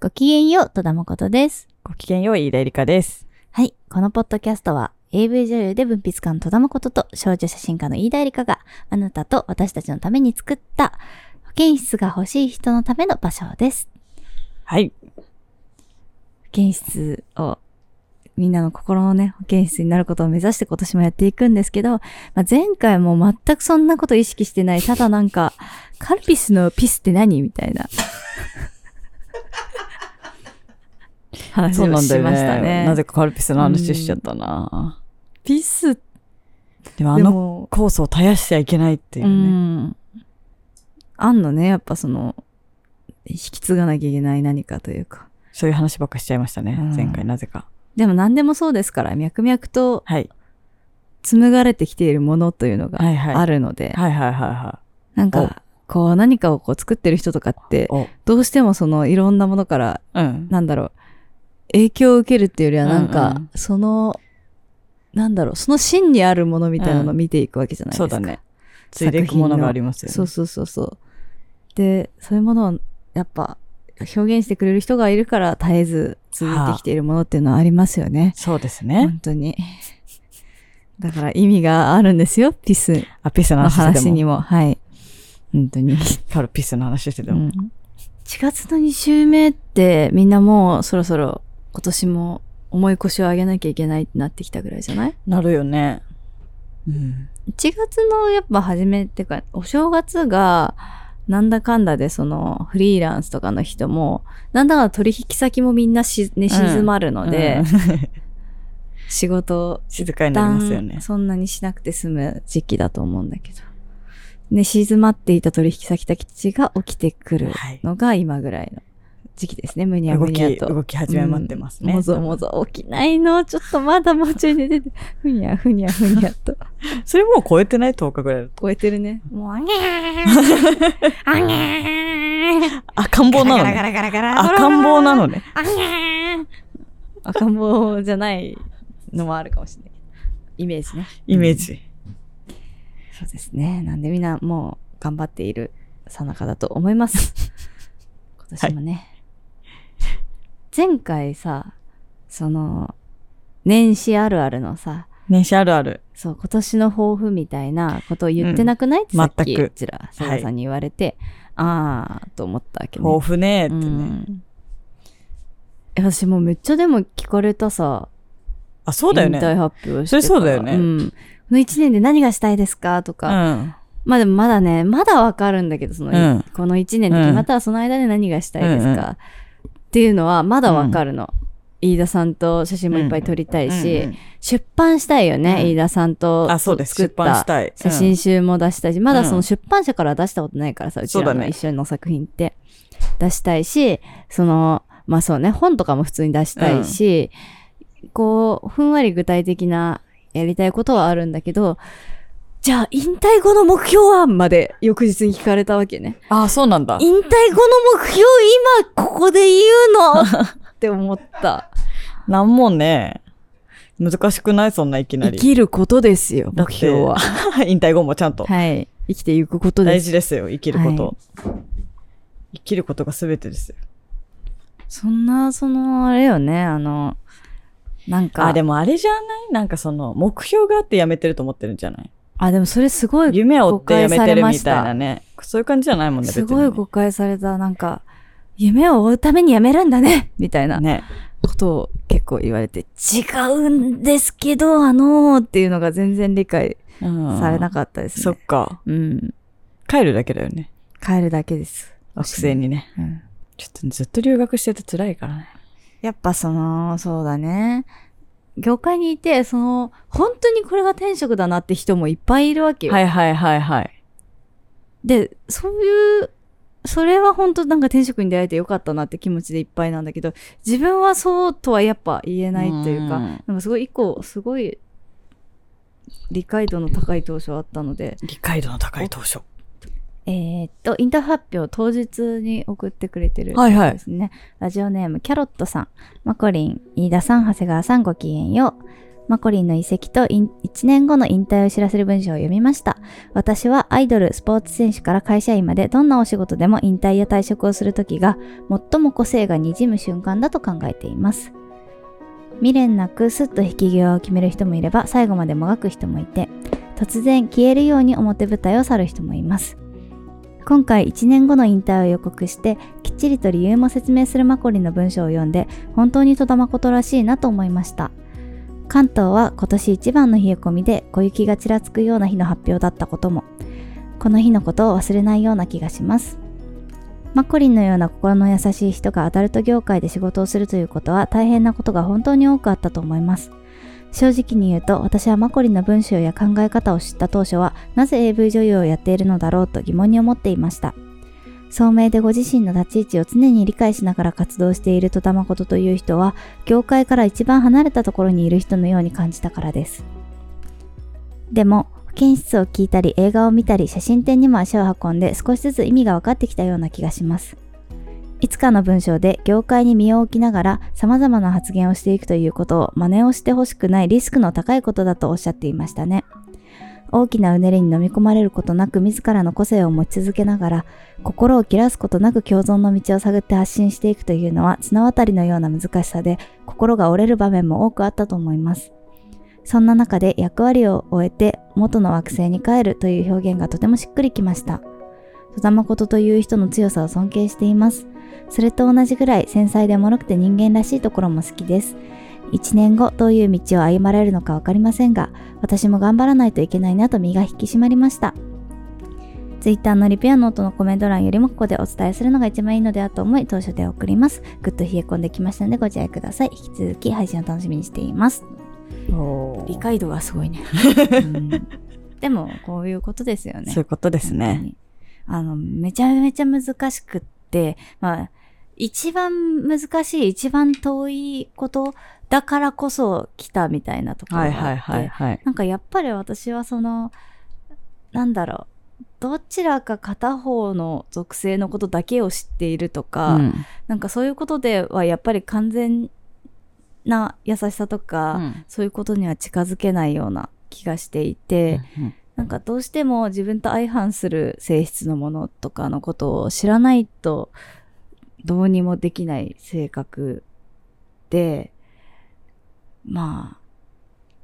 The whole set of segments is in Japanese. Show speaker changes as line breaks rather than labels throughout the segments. ごきげんよう、戸田誠です。
ごきげんよう、飯田絵梨香です。
はい。このポッドキャストは、AV 女優で文筆家の戸田誠と少女写真家の飯田絵理香が、あなたと私たちのために作った、保健室が欲しい人のための場所です。
はい。
保健室を、みんなの心のね、保健室になることを目指して今年もやっていくんですけど、まあ、前回も全くそんなこと意識してない、ただなんか、カルピスのピスって何みた いな。話をしましたね。
なぜかカルピスの話しちゃったな。
ピスって
でもあ
で
の
も
コースを絶やしちゃいけないっていう
う
ね。
ん。あんのね、やっぱその、引き継がなきゃいけない何かというか。
そういう話ばっかしちゃいましたね。
うん
前回なぜか。
でも何でもそうですから、脈々と
はい。
紡がれてきているものというのが
はいはい。
あ
る。
るので、
はいはいはいは
なんか、こう何かをこう作ってる人とかっ
い
て。、
お、
どうしてもそのいろんなものから、
うん。
なんだろう、影響を受けるっていうよりはなんか、
うんうん
その、なんだろう、その芯にあるものみたいなのを見ていくわけじゃないですか。
そうだね。ついでいくものがありますよね。
そうそうそうそう。で、そういうものをやっぱ表現してくれる人がいるから絶えず続いてきているものっていうのはありますよね。
そうですね。
本当に。だから意味があるんですよ、ピス
あ、ピスの
の
話して
話に
も。
も。はい。本当に。
カルピスの話してて
う
も。
ん4月の2週目ってみんなもうそろそろ今年も重い腰を上げなきゃいけないってなってきたぐらいじゃない
なるよね。うん。
1月のやっぱ初めってかお正月がなんだかんだでそのフリーランスとかの人もなんだかんだ取引先もみんなし、ね、静まるので、
うん、
仕事を
静かに
一
なりますよね
旦。そんなにしなくて済む時期だと思うんだけど、ね、静まっていた取引先たちが起きてくる
はい。
のが今ぐらいの時期ですねむにゃ
動
むに
き、
ゃと。
動き始め待ってますね。
もぞもぞ起きないのちょっとまだもうちょい寝ててふにゃふにゃふにゃと
それもう超えてない ?10 日ぐらいだと。
超えてるね。もう、あげーあげー
赤ん坊なの
ガ
ね。
ラガラガラガラ
赤ん坊なのね。
あげー赤ん坊じゃないのもあるかもしれないけど。イメージね。
イメージ。
そうですね。なんでみんなもう頑張っているさなかだと思います。今年もね。前回さ、その、年始あるあるのさ、
年始あるある。
そう、今年の抱負みたいなことを言ってなくない、ってさっき、
全
う
く
ちら、さやさんに言われて、あー、と思ったわけね。
豊富ねって
う
ね。
ん。え私もうめっちゃでも聞かれたさ、
あ、そうだよ
引退
ね。
発表して
それそうだよ
う
ね
ん。この1年で何がしたいですかと
う
か、
ん。
まあでもまだね、まだわかるんだけど、その、
うん
この1年で決まったらその間で何がしたいですか、っていうのはまだわかるの。飯田さんと写真もいっぱい撮りたいし、
うん
出版したいよね、
うん
飯田さんと
あ、そうです。
作っ
出
た
版したい。
写
うん
真集も出したし、まだそうの
ん
出版社から出したことないからさ、うち
そ
ら
うだ
の
ね
一緒の作品って出したいし、その、まあそうね、本とかも普通に出したいし、こう、ふんわり具体的なやりたいことはあるんだけど、じゃあ、引退後の目標はまで翌日に聞かれたわけね。
あ、そうなんだ。
引退後の目標今ここで言うのって思った。
なんもね、難しくないそんないきな
生
り。
きることですよ、
だっ
目
て
標は。
引退後もちゃんと。
はい。生きていくことです
大事ですよ、生きること。
は
生きることが全てですよ。
そんな、その、あれよね、あの、なんか、
あ、で
も、
もあれじゃないなんかその、目標があってやめてると思ってるんじゃない
あ、でもそれすごい、
夢を追ってやめて
誤
る
解されま
み
した
たいなね。そういう感じじゃないもんね、
す
別
ご
に
い
ね
誤解された、なんか、夢を追うためにやめるんだね みたいな
ね。
ことを結構言われて、違うんですけど、あのーっていうのが全然理解
うん
されなかったです
そっ
ね。
か。
うん。
帰るだけだよね。
帰るだけです。
学生にね。
うん。
ちょっとずっと留学してて辛いからね。
やっぱその、そうだね。業界にいて、その、本当にこれが転職だなって人もいっぱいいるわけよ。
はいはいはいはい。
で、そういう、それは本当なんか転職に出会えてよかったなって気持ちでいっぱいなんだけど、自分はそうとはやっぱ言えないというか、
うん
なんかすごい一個、すごい理解度の高い当初あったので、
理解度の高い当初。
えーっと、インター発表当日に送ってくれてる。
はいは
で。すね。ラジオネーム、キャロットさん、マコリン、飯田さん、長谷川さん、ごきげんよう。マコリンの移籍と1年後の引退を知らせる文章を読みました。私はアイドル、スポーツ選手から会社員までどんなお仕事でも引退や退職をするときが最も個性がにじむ瞬間だと考えています。未練なくスッと引き際を決める人もいれば最後までもがく人もいて、突然消えるように表舞台を去る人もいます。今回1年後の引退を予告してきっちりと理由も説明するマコリンの文章を読んで本当に戸田誠らしいなと思いました関東は今年一番の冷え込みで小雪がちらつくような日の発表だったこともこの日のことを忘れないような気がしますマコリンのような心の優しい人がアダルト業界で仕事をするということは大変なことが本当に多くあったと思います正直に言うと私はマコリンの文章や考え方を知った当初はなぜ AV 女優をやっているのだろうと疑問に思っていました聡明でご自身の立ち位置を常に理解しながら活動している戸田誠という人は業界から一番離れたところにいる人のように感じたからですでも保健室を聞いたり映画を見たり写真展にも足を運んで少しずつ意味が分かってきたような気がしますいつかの文章で業界に身を置きながら様々な発言をしていくということを真似をしてほしくないリスクの高いことだとおっしゃっていましたね。大きなうねりに飲み込まれることなく自らの個性を持ち続けながら心を切らすことなく共存の道を探って発信していくというのは綱渡りのような難しさで心が折れる場面も多くあったと思います。そんな中で役割を終えて元の惑星に帰るという表現がとてもしっくりきました。戸田誠という人の強さを尊敬しています。それと同じぐらい繊細で脆くて人間らしいところも好きです。1年後どういう道を歩まれるのか分かりませんが、私も頑張らないといけないなと身が引き締まりました。Twitter のリペアノートのコメント欄よりもここでお伝えするのが一番いいのではと思い当初で送ります。ぐっと冷え込んできましたのでご自愛ください。引き続き配信を楽しみにしています。理解度がすごいね。うんでも、こういうことですよね。
そういうことですね。
本当に。あの、めちゃめちゃ難しくって、まあ、一番難しい、一番遠いことだからこそ来たみたいなところが
は
あっ
い
て、
はいはいはい。
なんかやっぱり私はその、なんだろう、どちらか片方の属性のことだけを知っているとか、
うん
なんかそういうことではやっぱり完全な優しさとか、
うん
そういうことには近づけないような気がしていて、
うん
なんかどうしても自分と相反する性質のものとかのことを知らないとどうにもできない性格で、まあ、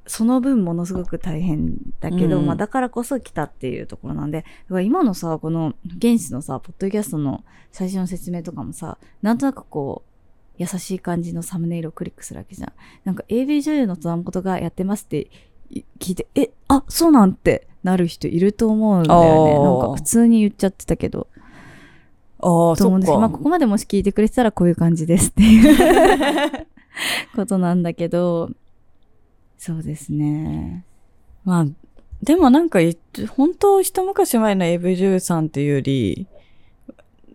その分ものすごく大変だけど、
うん
まあだからこそ来たっていうところなんで、だから今のさ、この原始のさ、ポッドキャストの最初の説明とかもさ、なんとなくこう、優しい感じのサムネイルをクリックするわけじゃん。なんか AV 女優の戸田誠がやってますってい聞いて、え、あ、そうなんてなる人いると思うんだよね。
あー
なんか普通に言っちゃってたけど。
あ
と
あ、そ
思うん
っ
ですけど、まあ、
か
こ。こまでもし聞いてくれてたらこういう感じですっていう ことなんだけど、そうですね。
まあ、でもなんかい、本当一昔前の AV 女優さんっていうより、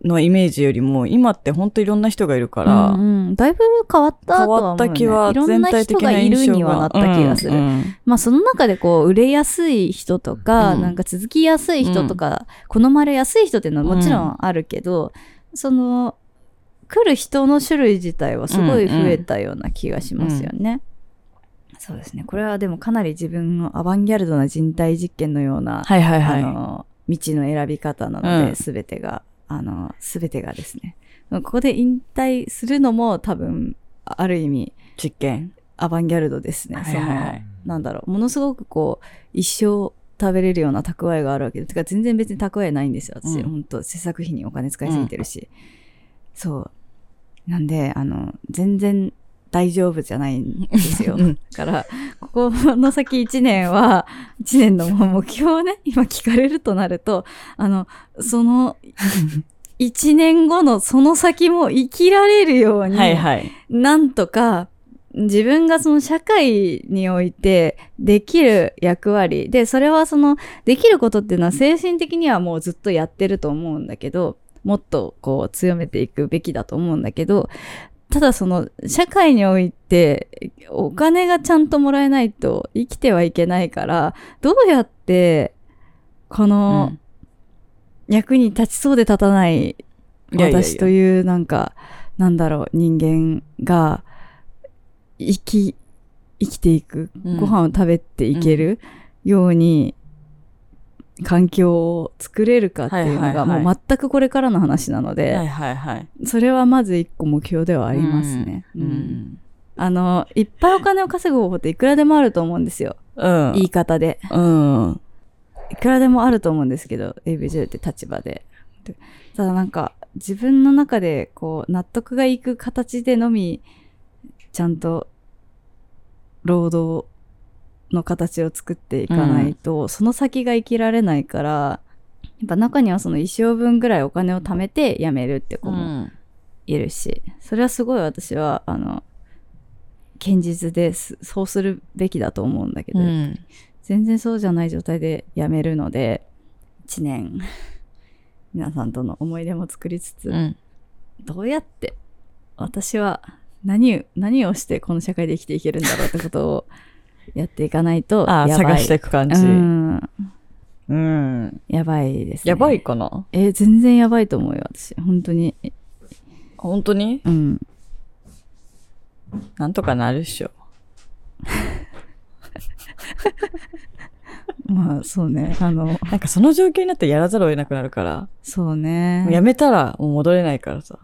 のイメージよりも、今って本当いろんな人がいるから、
うんうんだいぶ変わった
変
とは
わ
思う、ね。
った気はい
ろん
全
な
体
人
的
が
ない
る
印象
にはな
が
った気がする。
うんうん
まあその中でこう売れやすい人とか、
うん
なんか続きやすい人とか、好まれやすい人っていうのはもちろんあるけど、その来る人の種類自体はすごい増えたような気がしますよね。そうですね。これはでもかなり自分のアバンギャルドな人体実験のような、
はいはいは
あ
い。
の、道の選び方なの
う
で、
ん
すべ、てが、あの、すべてがですね。ここで引退するのも多分、ある意味、
実験。
アバンギャルドですね。
はいはいは
その
い。
なんだろう、ものすごくこう、一生食べれるような蓄えがあるわけで、てか全然別に蓄えないんですよ、私。
うん
本当制作費にお金使いすぎてるし。そう。なんで、あの、全然大丈夫じゃないんですよ。
うん
だから、ここの先1年は、1年の目標をね、今聞かれるとなると、あの、そ の、1年後のその先も生きられるように、
はいはい。
なんとか、自分がその社会においてできる役割で、それはそのできることっていうのは精神的にはもうずっとやってると思うんだけど、もっとこう強めていくべきだと思うんだけど、ただその社会においてお金がちゃんともらえないと生きてはいけないから、どうやってこの
うん
役に立ちそうで立たない
いやいやいや
私というなんかなんだろう人間が生き生きていく、
うん
ご飯を食べていけるように環境を作れるかっていうのが、
はいはいはい
もう全くこれからの話なので、
はいはいはい。
それはまず一個目標ではありますね、
うん。うん。
あのいっぱいお金を稼ぐ方法っていくらでもあると思うんですよ
うん。
言い方で
うん。
いくらでもあると思うんですけど AV10 って立場で。でただなんか自分の中でこう納得がいく形でのみちゃんと労働の形を作っていかないと、その先が生きられないからやっぱ中にはその一生分ぐらいお金を貯めて辞めるって子
う
も
ん。
いるし、それはすごい私はあの堅実ですそうするべきだと思うんだけど、
うん。
全然そうじゃない状態で辞めるので1年 皆さんとの思い出も作りつつ、
うん。
どうやって私は何を何をしてこの社会で生きていけるんだろうってことをやっていかないと
あ
や
あ、
ばい
探していく感じ
う。ん
うん。
やばいですね
やばいかな
えー全然やばいと思うよ私本当に
本当に
うん
なんとかなるっしょ。
まあそうねあの
なんかその状況になったらやらざるを得なくなるから、
そう
もうや
ね
めたらもう戻れないからさ。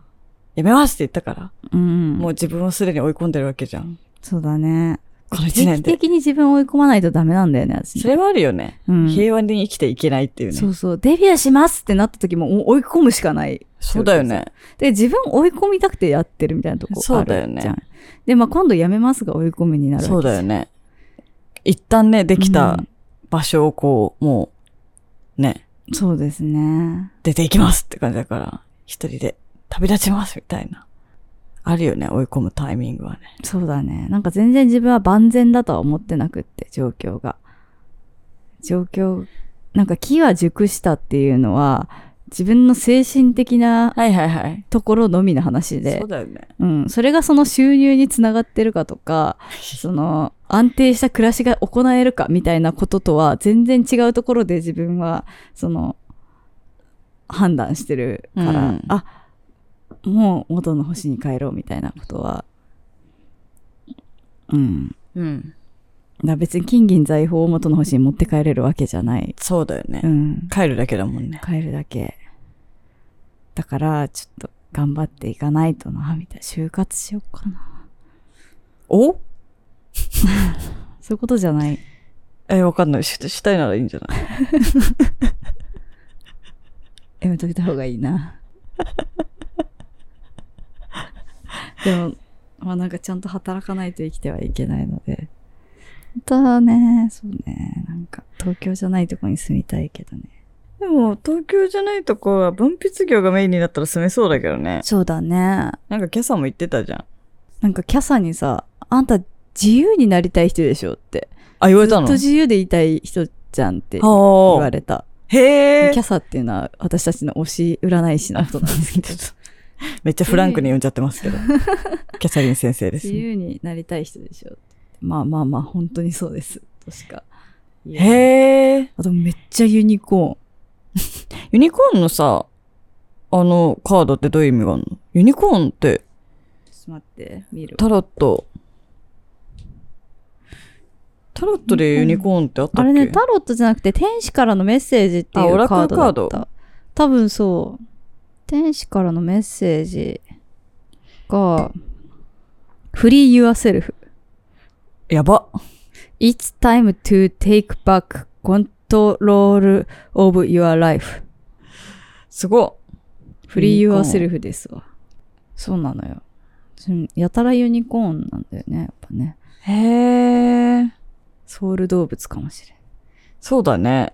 やめますって言ったから、
うん
もう
う
自分をすでに追い込んでるわけじゃん。
そうだね
この一
定
年
期
で。
的に自分を追い込まないとダメなんだよね私ね
それはあるよね。
うん
平和に生きていけないっていうね。
そうそう。デビューしますってなった時ももう追い込むしかない。
そうだよね。
で、自分を追い込みたくてやってるみたいなとこあるじゃん。
そうだよね
で、まあ今度やめますが追い込みになるわけ
そうだよね。一旦ね、でき
う
た
ん
場所をこう、もう、ね、
そうですね。
出ていきますって感じだから、一人で旅立ちますみたいな。あるよね、追い込むタイミングはね。
そうだね。なんか全然自分は万全だとは思ってなくって、状況が。状況、なんか木は熟したっていうのは、自分の精神的な
はいはいはい。
ところのみの話で
そう、だよね。
うん、それがその収入につながってるかと か、その安定した暮らしが行えるかみたいなこととは全然違うところで自分はその判断してるから、
うん
あもう元の星に帰ろうみたいなことは、うん、だか
うん。
ら別に金銀財宝を元の星に持って帰れるわけじゃない、
そうだよね。
うん、
帰るだけだもんね。
帰るだけだからちょっと頑張っていかないとなみたいな就活しようかな
お
そういうことじゃない
え、わかんないし。したいならいいんじゃない
やめといた方がいい な。でも、まあなんかちゃんと働かないと生きてはいけないので。本当はね、そうね、なんか東京じゃないとこに住みたいけどね。
でも、東京じゃないとこは分泌業がメインになったら住めそうだけどね。
そうだね。
なんか今朝も言ってたじゃん。
なんかキャサにさ、あんた自由になりたい人でしょって。
あ、言われ
ず
た
っ
の
と自由でいたい人じゃんって言
あ
わ
あ。
れた。
へえ
キ。ャサっていうのは私たちの推し占い師のことなんですけど。
めっちゃフランクに呼んじゃって ますけど。キャサリン先生です
自
ね、
由になりたい人でしょってまあまあまあ本当にそうですとしかえ
へえ。
あとめっちゃユニコ
ユニコーンのさ、あのカードってどういう意味があるのユニコーンっ
ーンちょ
て
っと待って見る
タロット。タロットでユニコーンってあった
あ
っけ
れねタロットじゃなくて天使からのメッセージってい
あオ
う
ラク
カー
ル
ドだ
カー
っ
ド
た多分そう天使からのメッセージが「フリー yourself
やば。
it's time to take back control of your life
すご
フリーユアセルフですわ。そうなのよ。うんやたらユニコーンなんだよね、やっぱね。
い。へえ。
ソウル動物かもしれん。
そうだね。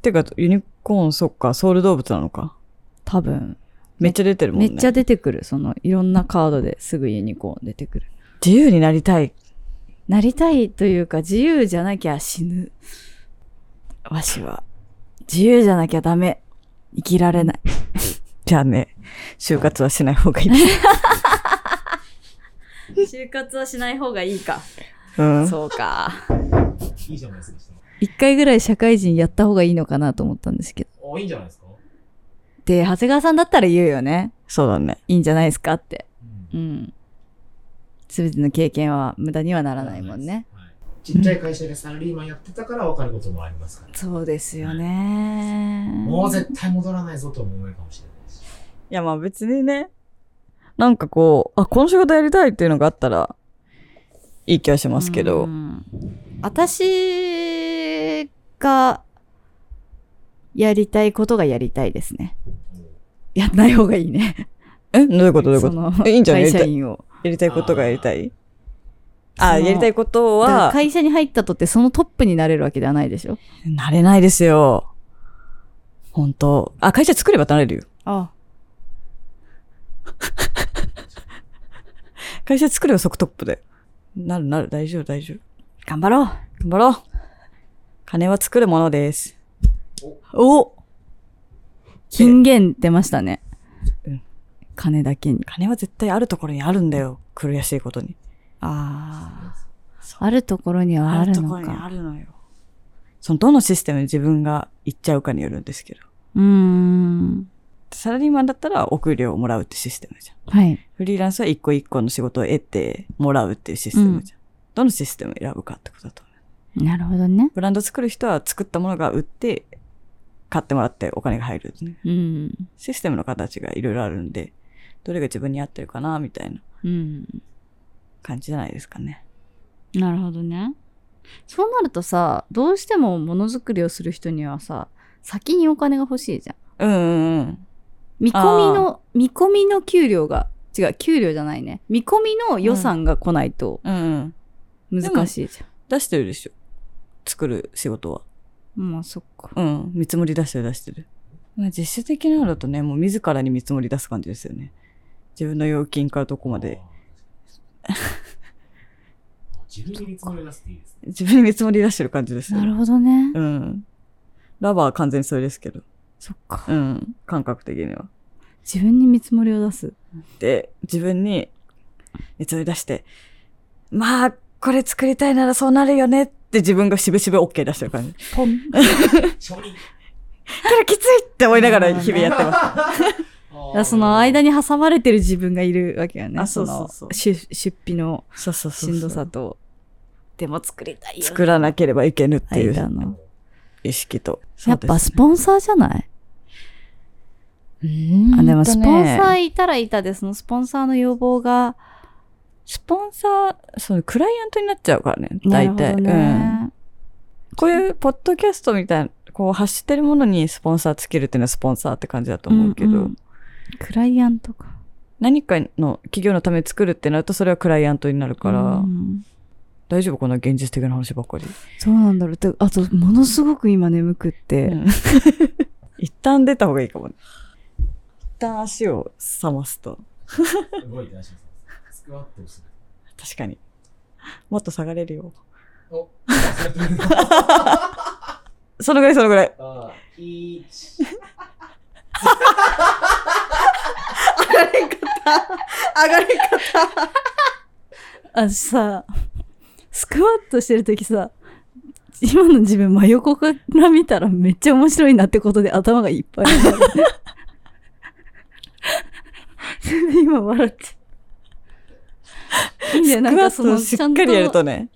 てか、ユニコーン、そっか、ソウル動物なのか。
多分、
めっちゃ出てるもん
め
ね。
っちゃ出てくる。その、いろんなカードですぐユニコーン出てくる。
自由になりたい。
なりたいというか、自由じゃなきゃ死ぬ。わしは、自由じゃなきゃダメ。生きられない。
じゃあね、就活はしない方がい いです。
就活はしない方がいいか。
うん。
そうか。一回ぐらい社会人やった方がいいのかなと思ったんですけど。
おいいんじゃないですか、
で、長谷川さんだったら言うよね。
そうだね。
いいんじゃないですかって。
うん
うん。すべての経験は無駄にはならないもんね。
はいちっちゃい会社でサラリーマンやってたから分かることもありますから、
そうですよね。
もう絶対戻らないぞと思えるかもしれないし。
いや、まあ別にね、なんかこう、あ、この仕事やりたいっていうのがあったら、いい気はしますけ
う
ど。
ん。私がやりたいことがやりたいですね。やんない方がいいね。
えどういうことどういうこ
そ
と
の
えいいんじゃない
会
やり
社
たい
員を。
やりたいことがやりたいあ
その
やりたいこと
だから
は、
会社に入ったとってそのトップになれるわけではないでしょ。
なれないですよ。本当あ、会社作ればなれるよ。
あ
会社作れば即トップで。なるなる、大丈夫、大丈夫。
頑張ろう。
頑張ろう。金は作るものです。お
金言出ましたね
うん。
金だけに。
金は絶対あるところにあるんだよ。苦しいことに。
ああ。あるところにはある
と
の
ころにあ
か。
るのよ。その、どのシステムに自分が行っちゃうかによるんですけど。
うーん。
サラリーマンだったら、お給料をもらうってシステムじゃん。
はい。
フリーランスは一個一個の仕事を得てもらうっていうシステムじゃん。どのシステムを選ぶかってことだと思う。
なるほどね。
ブランド作る人は作ったものが売って、買ってもらってお金が入るんですね。
うん。
システムの形がいろいろあるんで、どれが自分に合ってるかな、みたいな
うん。
感じじゃないですかね。
なるほどね。そうなるとさ、どうしてもものづくりをする人にはさ、先にお金が欲しいじゃん。
うんうんうん。
見込みの、見込みの給料が、違う、給料じゃないね。見込みの予算が来ないと
うんうん。
難しいじゃ
出してるでしょ。作る仕事は。
ん。まあそっか。
うん。見積もり出してる出してる。まあ実質的なのだとね、もう自らに見積もり出す感じですよね。自分の要金からどこまで。
あー。自分で見積もり出すっていいですね。
自分に見積もり出してる感じですよ
なるほどね。
うん。ラバーは完全にそれですけど。
そっか。
うん。感覚的には。
自分に見積もりを出す。
で、自分に見積もり出して、まあ、これ作りたいならそうなるよねって自分がしぶしぶ OK 出してる感じ。
ポン。
承認。
ただきついって思いながら日々 やってます。
だからその間
に。
に挟まれてる自分がいるわけよね。
あそうそうそう
の出出費の
そうそう
し
そう。
んどさと。でも作りたいよ。
作らなければいけぬってい
間
う
の。
意識と。
やっぱスポンサーじゃない
ン
あでもスポンサ
ー、
ーいたらいたで、そのスポンサーの要望が、
スポンサー、そのクライアントになっちゃうからね。
なる
大
ほ
体。
ど
うん。
ね。
こういうポッドキャストみたいな、こう発してるものにスポンサーつけるっていうのはスポンサーって感じだと思うけど、
んんクライアントか。
何かの企業のために作るってなるとそれはクライアントになるから、
うん
大丈夫こんな現実的な話ばっかり。
そうなんだろう。てあと、ものすごく今眠くって。
うん一旦出た方がいいかもね。一旦足を冷ますと。
動いてらっしゃいます。スクワットをする。
確かに。もっと下がれるよ。
お、
そのぐらいそのぐらい。
あー、いち。
あさ、スクワットしてるときさ、今の自分真横から見たらめっちゃ面白いなってことで頭がいっぱいに なる。 それで今笑っちゃう。いいんだよ、な
スク
ん
ワ
かそ
ット
の、
し
ち
っか
ゃんと
りやるとね。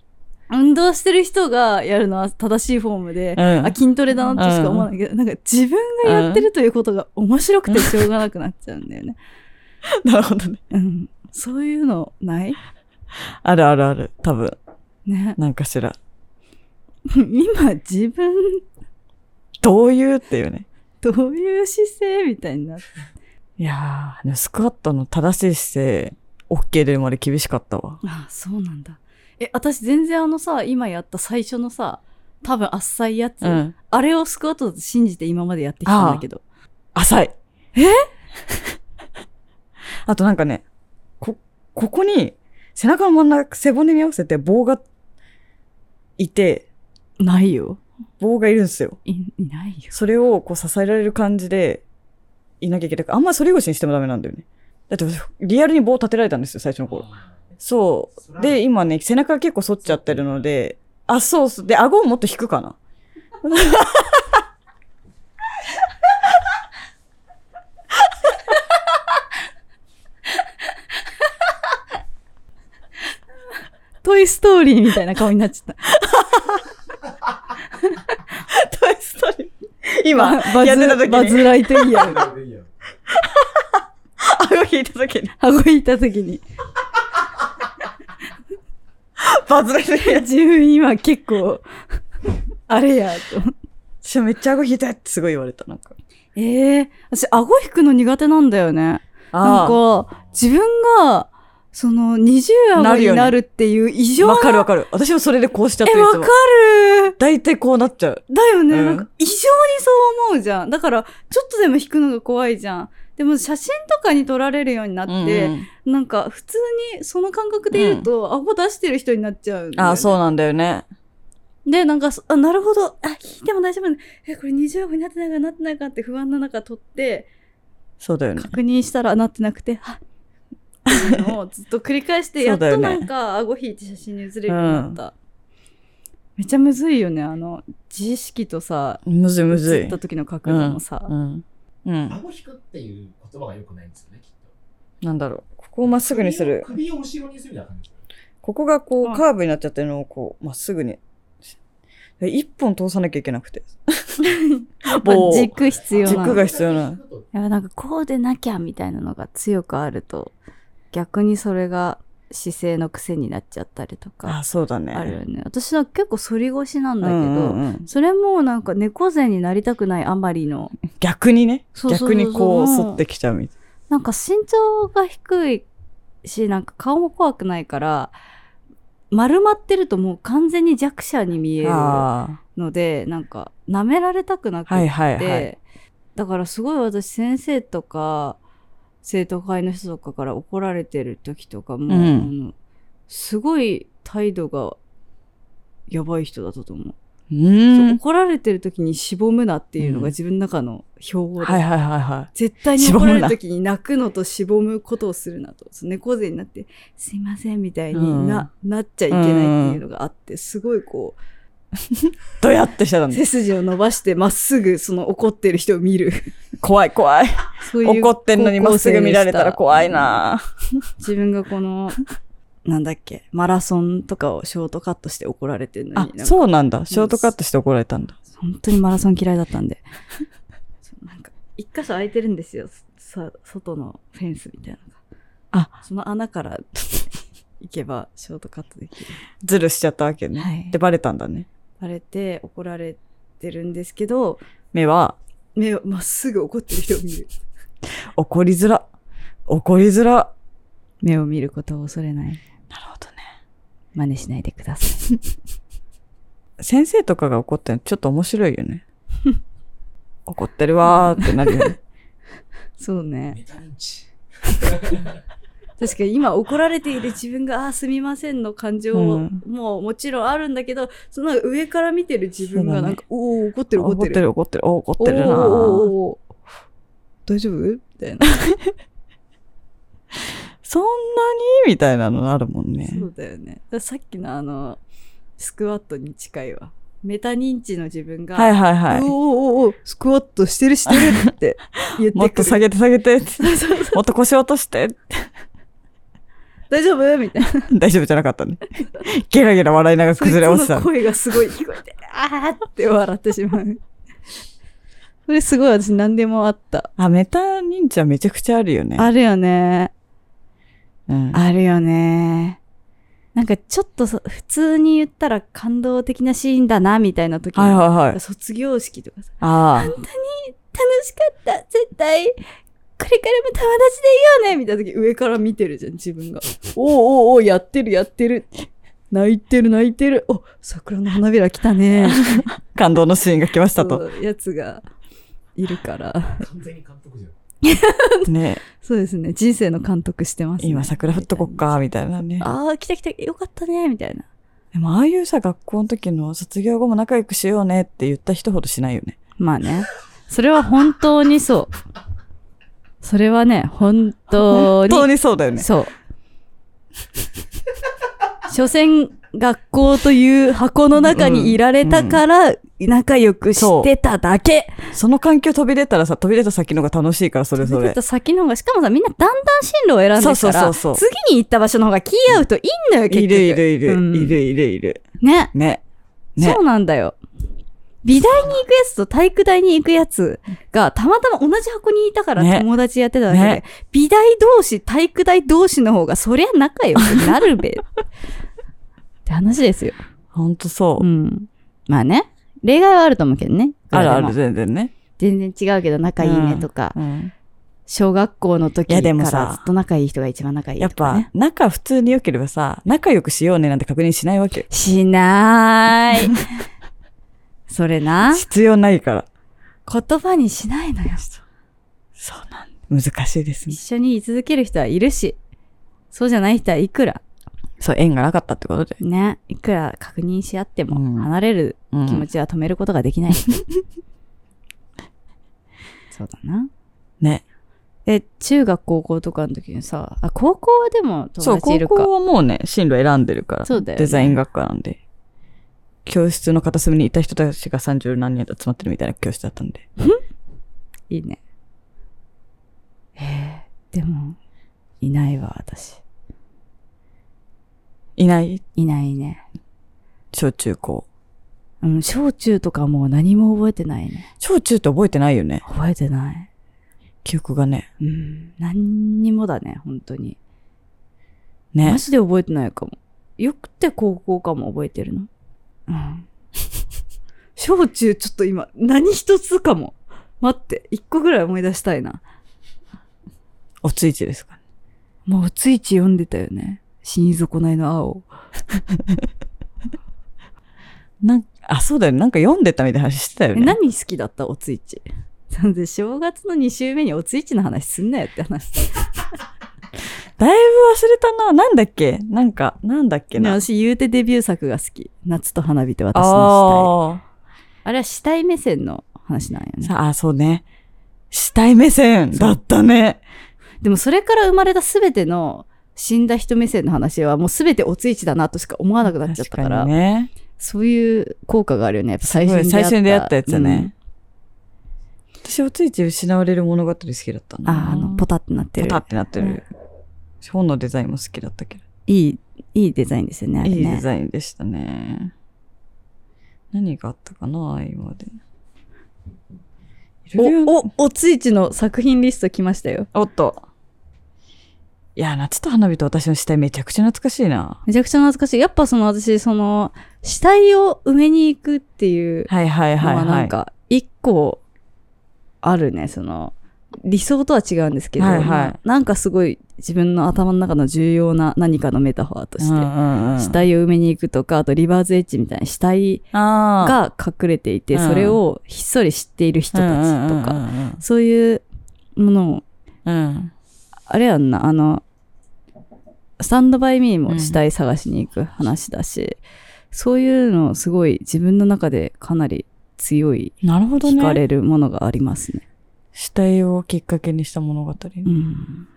運動してる人がやるのは正しいフォームで、
うん
あ筋トレだなとしか思わないけど、なんか自分がやってるということが面白くてしょうがなくなっちゃうんだよね。
なるほどね。
うん。そういうのない
あるあるある。多分。
ね。
なんかしら。
今自分
どういうっていうね。
どういう姿勢みたいになって。
いやー、でもスクワットの正しい姿勢、OK 出るまで厳しかったわ。
ああ、そうなんだ。え、私全然あのさ、今やった最初のさ、多分浅いやつ、
うん。
あれをスクワットだと信じて今までやってきたんだけど。
浅い。え あとなんかね、こ、ここに、背中の真ん中、背骨に合わせて棒が、いて、
ないよ。
棒がいるんですよ。
い、いないよ。
それをこう支えられる感じで、いなきゃいけない。あんまり反り腰にしてもダメなんだよね。だって、リアルに棒立てられたんですよ、最初の頃。そう。で、今ね、背中が結構反っちゃってるので、あ、そうそう。で、顎をもっと引くかな。
トイストーリーみたいな顔になっちゃった。
トイストーリー。今、
バ
やってた
ズ、
時
バズ
に、
ライトイヤー。
いいよ
顎引いた時に、
顎引いた時に。
バズられてるやつ。
自分今結構、あれや、と。
私めっちゃ顎引いたってすごい言われた、なんか。
ええ私、顎引くの苦手なんだよね。なん
あ
か、自分が、その、二重
な
顎
る
に
よね
なるっていう異
あ。
常な
わかるわかる。私もそれでこうしちゃって
え、
るい
わ
つも
かる
大体こうなっちゃう。
だよね、
うん
なんか異常にそう思うじゃん。だから、ちょっとでも引くのが怖いじゃん。でも写真とかに撮られるようになって、
うん
なんか普通にその感覚で言うと、顎出してる人になっちゃうんだよね、
ああ、そうなんだよね。
で、なんかそ、あ、なるほど、あ、引いても大丈夫ね。え、これ二重顎になってないかなってないかって不安の中撮って、
そうだよね。
確認したらなってなくて、あっていうのをずっと繰り返して、
そ
や
う
っ
だよ
と
ね
なんか顎引いて写真に写れるようになった。めちゃむずいよね、あの、自意識とさ、
むずいむず
写
い
っ。た時の角度もさ。
うん。うん。
顎引くっていう言葉が良くないんですよね、きっと。
なんだろう。ここをまっすぐにする。
首を首を後ろにするみたいな感じですよね。
ここがこ
う
うんカーブになっちゃってるのをこうまっすぐに。で一本通さなきゃいけなくて。棒を
まあ軸必要な
軸が必要なの
いやなんかこうでなきゃみたいなのが強くあると逆にそれが姿勢の癖になっちゃったりと
あ
か
あ、そうだね。
あるよね私は結構反り腰なんだけ
う
ど、
んうんうん
それもなんか猫背になりたくないあまりの
逆にね。
そうそうそう
逆
そう
にこう反ってきちゃうみたい
なんか身長が低いしなんか顔も怖くないから丸まってるともう完全に弱者に見える
な。あ
のでなんか舐められたくなくて
あ。はいはいはい。
でだからすごい私先生とか生徒会の人とかから怒られてる時とかも、
うん
あのすごい態度がやばい人だったと思う,
う
そう、
ーん。
怒られてる時にしぼむなっていうのが自分の中の標語で、
はいはいはいは
絶対に
しぼ
怒
むな
られる時に泣くのとしぼむことをするなとそう猫背になって「すいません」みたいにな,、なっちゃいけないっていうのがあってすごいこ
い。どやってしてたん
う背
で
筋を伸ばしてまっすぐその怒ってる人を見る
怖い怖い。
そういう
怒ってんのにまっすぐ見られたら怖いな。
自分がこの、なんだっけ、マラソンとかをショートカットして怒られてるの
あ
に、、なんか
そうなんだ。ショートカットして怒られたんだ。
本当にマラソン嫌いだったんで。 そうなんか、一箇所空いてるんですよ。さ、外のフェンスみたいなのが。あ、その穴から 行けばショートカットできる。
ズルしちゃったわけね。
い
で、バレたんだね。
バレて怒られてるんですけど、
目は、
目をまっすぐ怒ってる人を見る。
怒りづら。怒りづら。
目を見ることを恐れない。
なるほどね。
真似しないでください。
先生とかが怒ってるのちょっと面白い よね。怒ってるわーってなるよね。
そうね。
メタ認知。
確かに今怒られている自分が「あーすみません」の感情
う
も
ん
もうもちろんあるんだけどその上から見てる自分
そ
が
うだね
なんか「おお怒ってる怒
怒
っ
ってて
る
る怒ってる。お怒ってるなー
おーおーおー大丈夫?」みたいな、
そんなにみたいなのあるもんね。
そうだよねだからさっきのあのスクワットに近いわメタ認知の自分が「
はいはいは
おーお
い。
ーおースクワットしてるしてる」って言ってくる
もっと下げて下げて。
そうそう
もっと腰落として。
大丈夫?」みたいな
大丈夫じゃなかったね。 ゲラゲラ笑いながら崩れ落ち
そい
た
つの。声がすごい聞こえて「あー」って笑ってしまうそれすごい私何でもあった
あ、メタ認知はめちゃくちゃあるよね。
あるよね。
うん、
あるよね。なんかちょっとそ普通に言ったら感動的なシーンだな、みたいな時に
はいはいはい。
卒業式とかさ、
あ
楽しかった絶対これからも友達でいようねみたいな時上から見てるじゃん、自分が。 おうおうおうやってるやってる。泣いてる泣いてる。お、桜の花びら来たね。
あ、感動のシーンが来ました と。
そうやつがいるから。
完全に監督じゃん。
ね
そうですね。人生の監督してます、ね。
今桜降っとこっ。か、みたいなね。
ああ、来た来た。よかったね。みたいな。
でもああいうさ、学校の時の卒業後も仲良くしようねって言った人ほどしないよね。
まあね。それは本当にそう。それはね、本当
本
に。
当にそうだよね。
そう。所詮、学校という箱の中にいられたから、仲良くしてただけ
その環境飛び出たらさ、飛び出た先のが楽しいから、それ
ち
ぞ
ょっ
れ
と。先の方が、しかもさ、みんなだんだん進路を選んで
そうそ
か
うそ
ら
う、そう。
次に行った場所の方が気合うといいんだよ、結局。
いるいるいる、
うん
いるいるいる。
ね。
ね。ね
そうなんだよ。美大に行くやつと体育大に行くやつがたまたま同じ箱にいたから
ね
友達やってただけで、
ね
美大同士、体育大同士の方がそりゃ仲良くなる べ。って話ですよ。
ほんとそうう。
ん。まあね。例外はあると思うけどね。
ある
い
あ
くらでも。
る、全然ね。
全然違うけど仲いいねとか、
うん
小学校の時
い
か
やでも
ら
さ
ずっと仲いい人が一番仲いい
や
と
っ
か、ね。
ぱ、仲普通に良ければさ、仲良くしようねなんて確認しないわけよ。
しな ーい。それな。
必要ないから。
言葉にしないのよ。
そうなんだ難しいですね
一。緒に居続ける人はいるし、そうじゃない人はいくら、
そう、縁がなかったってことで。
ね、いくら確認し合って
うん
も、離れる
うん
気持ちは止めることができない。 そうだな。
ね。
え、中学、高校とかの時にさ、あ、高校はでも友
そう、
達
高
いるか。
校はもうね、進路選んでるから。
そうだよね
デザイン学科なんで。教室の片隅にいた人たちが三十何人集まってるみたいな教室だったんで。
いいね。えー、でも、いないわ、私。
いない
いないね。
小中高。
うん、小中とかもう何も覚えてないね。
小中って覚えてないよね。
覚えてない。
記憶がね。
うん、何にもだね、本当に。
ね
マ。ジで覚えてないかも。よくて高校かも覚えてるの。うん。小中ちょっと今、何一つかも。待って、一個ぐらい思い出したいな。
おついちですかね。
もうついち読んでたよね。死に損ないの青。
なんあ、そうだよね。なんか読んでたみたいな話してたよ
え、
ね。
何好きだったおついち。なんで正月の2週目におついちの話すんなよって話。
だいぶ忘れたな。なんだっけなんか、なんだっけ
で
な。
私言うてデビュー作が好き。夏と花火って私の
あ
死体。あれは死体目線の話なんよ
ー
ね。
さあ、そうね。死体目線だったね。
でもそれから生まれた全ての死んだ人目線の話はもう全ておついちだなとしか思わなくなっちゃったから
確にね。
そういう効果があるよねやっぱ最初
すご
に
い最初に出会ったやつだね。私、おついち失われる物語好きだった
うんあ
な。
ーあのポタってなって
ポ
る
タってなってる。本のデザインも好きだったけ
いいいいデザインですよねあ
ど。
れね
いいデザインでしたね。何があったかな今まで。いろいろ
おおおついちの作品リスト来ましたよ
おっと。いや、夏と花火と私の死体めちゃくちゃ懐かしいな。
めちゃくちゃ懐かしいやっぱその私その死体を埋めに行くっていう
はいはい
の
はい、は。
はいなんか一個あるねその理想とは違うんですけど、
はいはい
まあなんかすごい自分の頭の中の重要な何かのメタファーとして、
うんうんうん
死体を埋めに行くとかあとリバーズエッジみたいな死体
あ
が隠れていて、
うん
それをひっそり知っている人
ー
たちとか、
うんうん
そういうものを
うんうん
あれやんなあのスタンドバイミーも死体探しに行く話だし、そういうのすごい自分の中でかなり強い
なるほど
惹か
ね。
れるものがありますね。
死体をきっかけにした物語、ね
うん。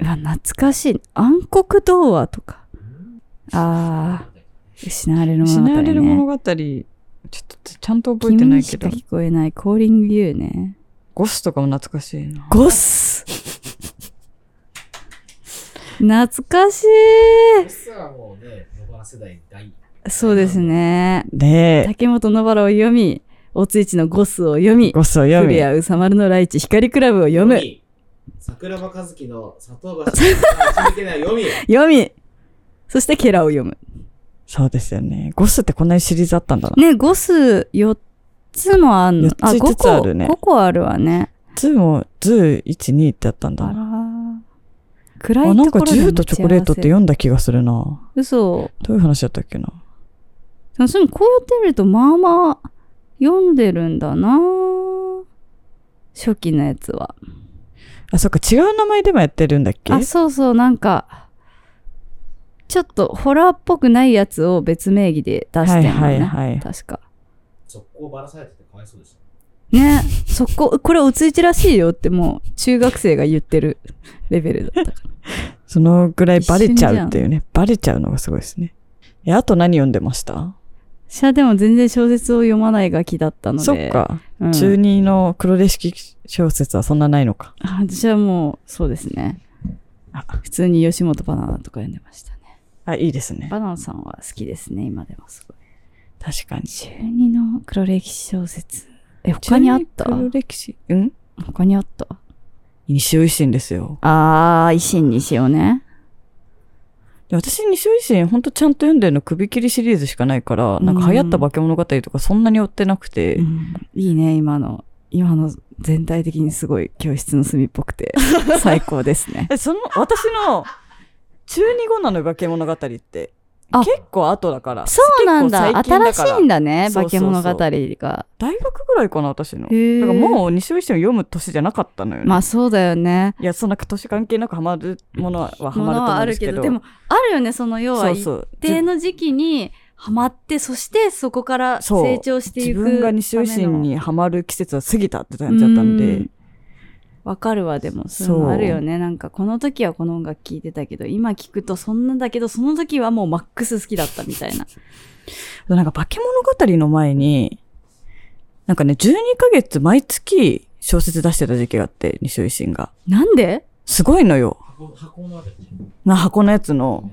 うわ、懐かしい。暗黒童話とか。ああ、失われる物
死
語、ね。
なれる物語、ちょっとちゃんと覚えてないけど
君、にしか聞こえないコーリングユーね。
ゴスとかも懐かしいな。
ゴス懐かしい。
そしたらもうね、野原世代大。
そうですね。
で、
竹本野原を読み、おついちのゴスを読み、
ゴスを読
古
み、
谷宇佐丸のライチ光クラブを読む。
桜庭和樹の砂糖菓子の味抜けない読み。
読み。そしてケラを読む。
そうですよね。ゴスってこんなにシリーズあったんだな。
ね、5数4つもあんの
四。つ五つあるね
5個あるわね。
ズーも、ズー1、2ってあったんだ
あ
な。
ら。暗
あ、
い
なん
とこ
か
ろで
ジューとチョコレートって
待ち合わ
読んだ気がするな。
せ嘘。
どういう話だったっけな。
でもそういうのこうやって見ると、まあまあ、読んでるんだな初期のやつは。
あ、そっか、違う名前でもやってるんだっけ
あ、そうそう、なんか、ちょっとホラーっぽくないやつを別名義で出してるのね。
はいはいはい
確か。
速攻ばらされててかわいそうでした。
ね、そこ、これおついちらしいよってもう中学生が言ってるレベルだったから。
そのぐらいバレちゃうっていうね。バレちゃうのがすごいですね。え、あと何読んでました
私はでも全然小説を読まないガキだったので。
そっか。
うん
中二の黒歴史小説はそんなないのか。
あ私はもう、そうですね。普通に吉本バナナとか読んでましたね。
あ、いいですね。
バナナさんは好きですね、今でもすごい。
確かに。
中二の黒歴史小説。え、他にあった
中二黒歴史。うん
他にあった
西尾維新ですよ。
あー、維新にしようね。
で私、西尾維新、ほんとちゃんと読んでるの首切りシリーズしかないから、なんか流行った化け物語とかそんなに追ってなくて、
いいね、今の。今の全体的にすごい教室の隅っぽく て、最高ですね。
え、その、私の、中二後なのよ化け物語って。
あ
結構後だから。
そうなんだ。
結構最近
新
だ
し
から
いんだね、
そう
化
そうそ
け
う
物語が。
大学ぐらいかな、私の。だ
へー
からもう、西尾維新を読む年じゃなかったのよね。
まあそうだよね。
いや、そんな年関係なくハマるものはハマると
もの
思
はあ
うんで
る
す
け
け
ど、
ど。
でも、あるよね、その要は
そう
一
そう。
定の時期にハマって、そしてそこから
そう
成長してい
自
く。
分が西尾維新にハマる季節は過ぎたって感じだったん
う
で
ん。わかるわ、でも、そういうの
そう
あるよね。なんか、この時はこの音楽聴いてたけど、今聴くとそんなだけど、その時はもうマックス好きだったみたいな。
なんか化け物語の前に、なんかね、12ヶ月毎月小説出してた時期があって、西尾維新が。
なんです
ごいのよ。
箱箱のあたり
な箱のやつの。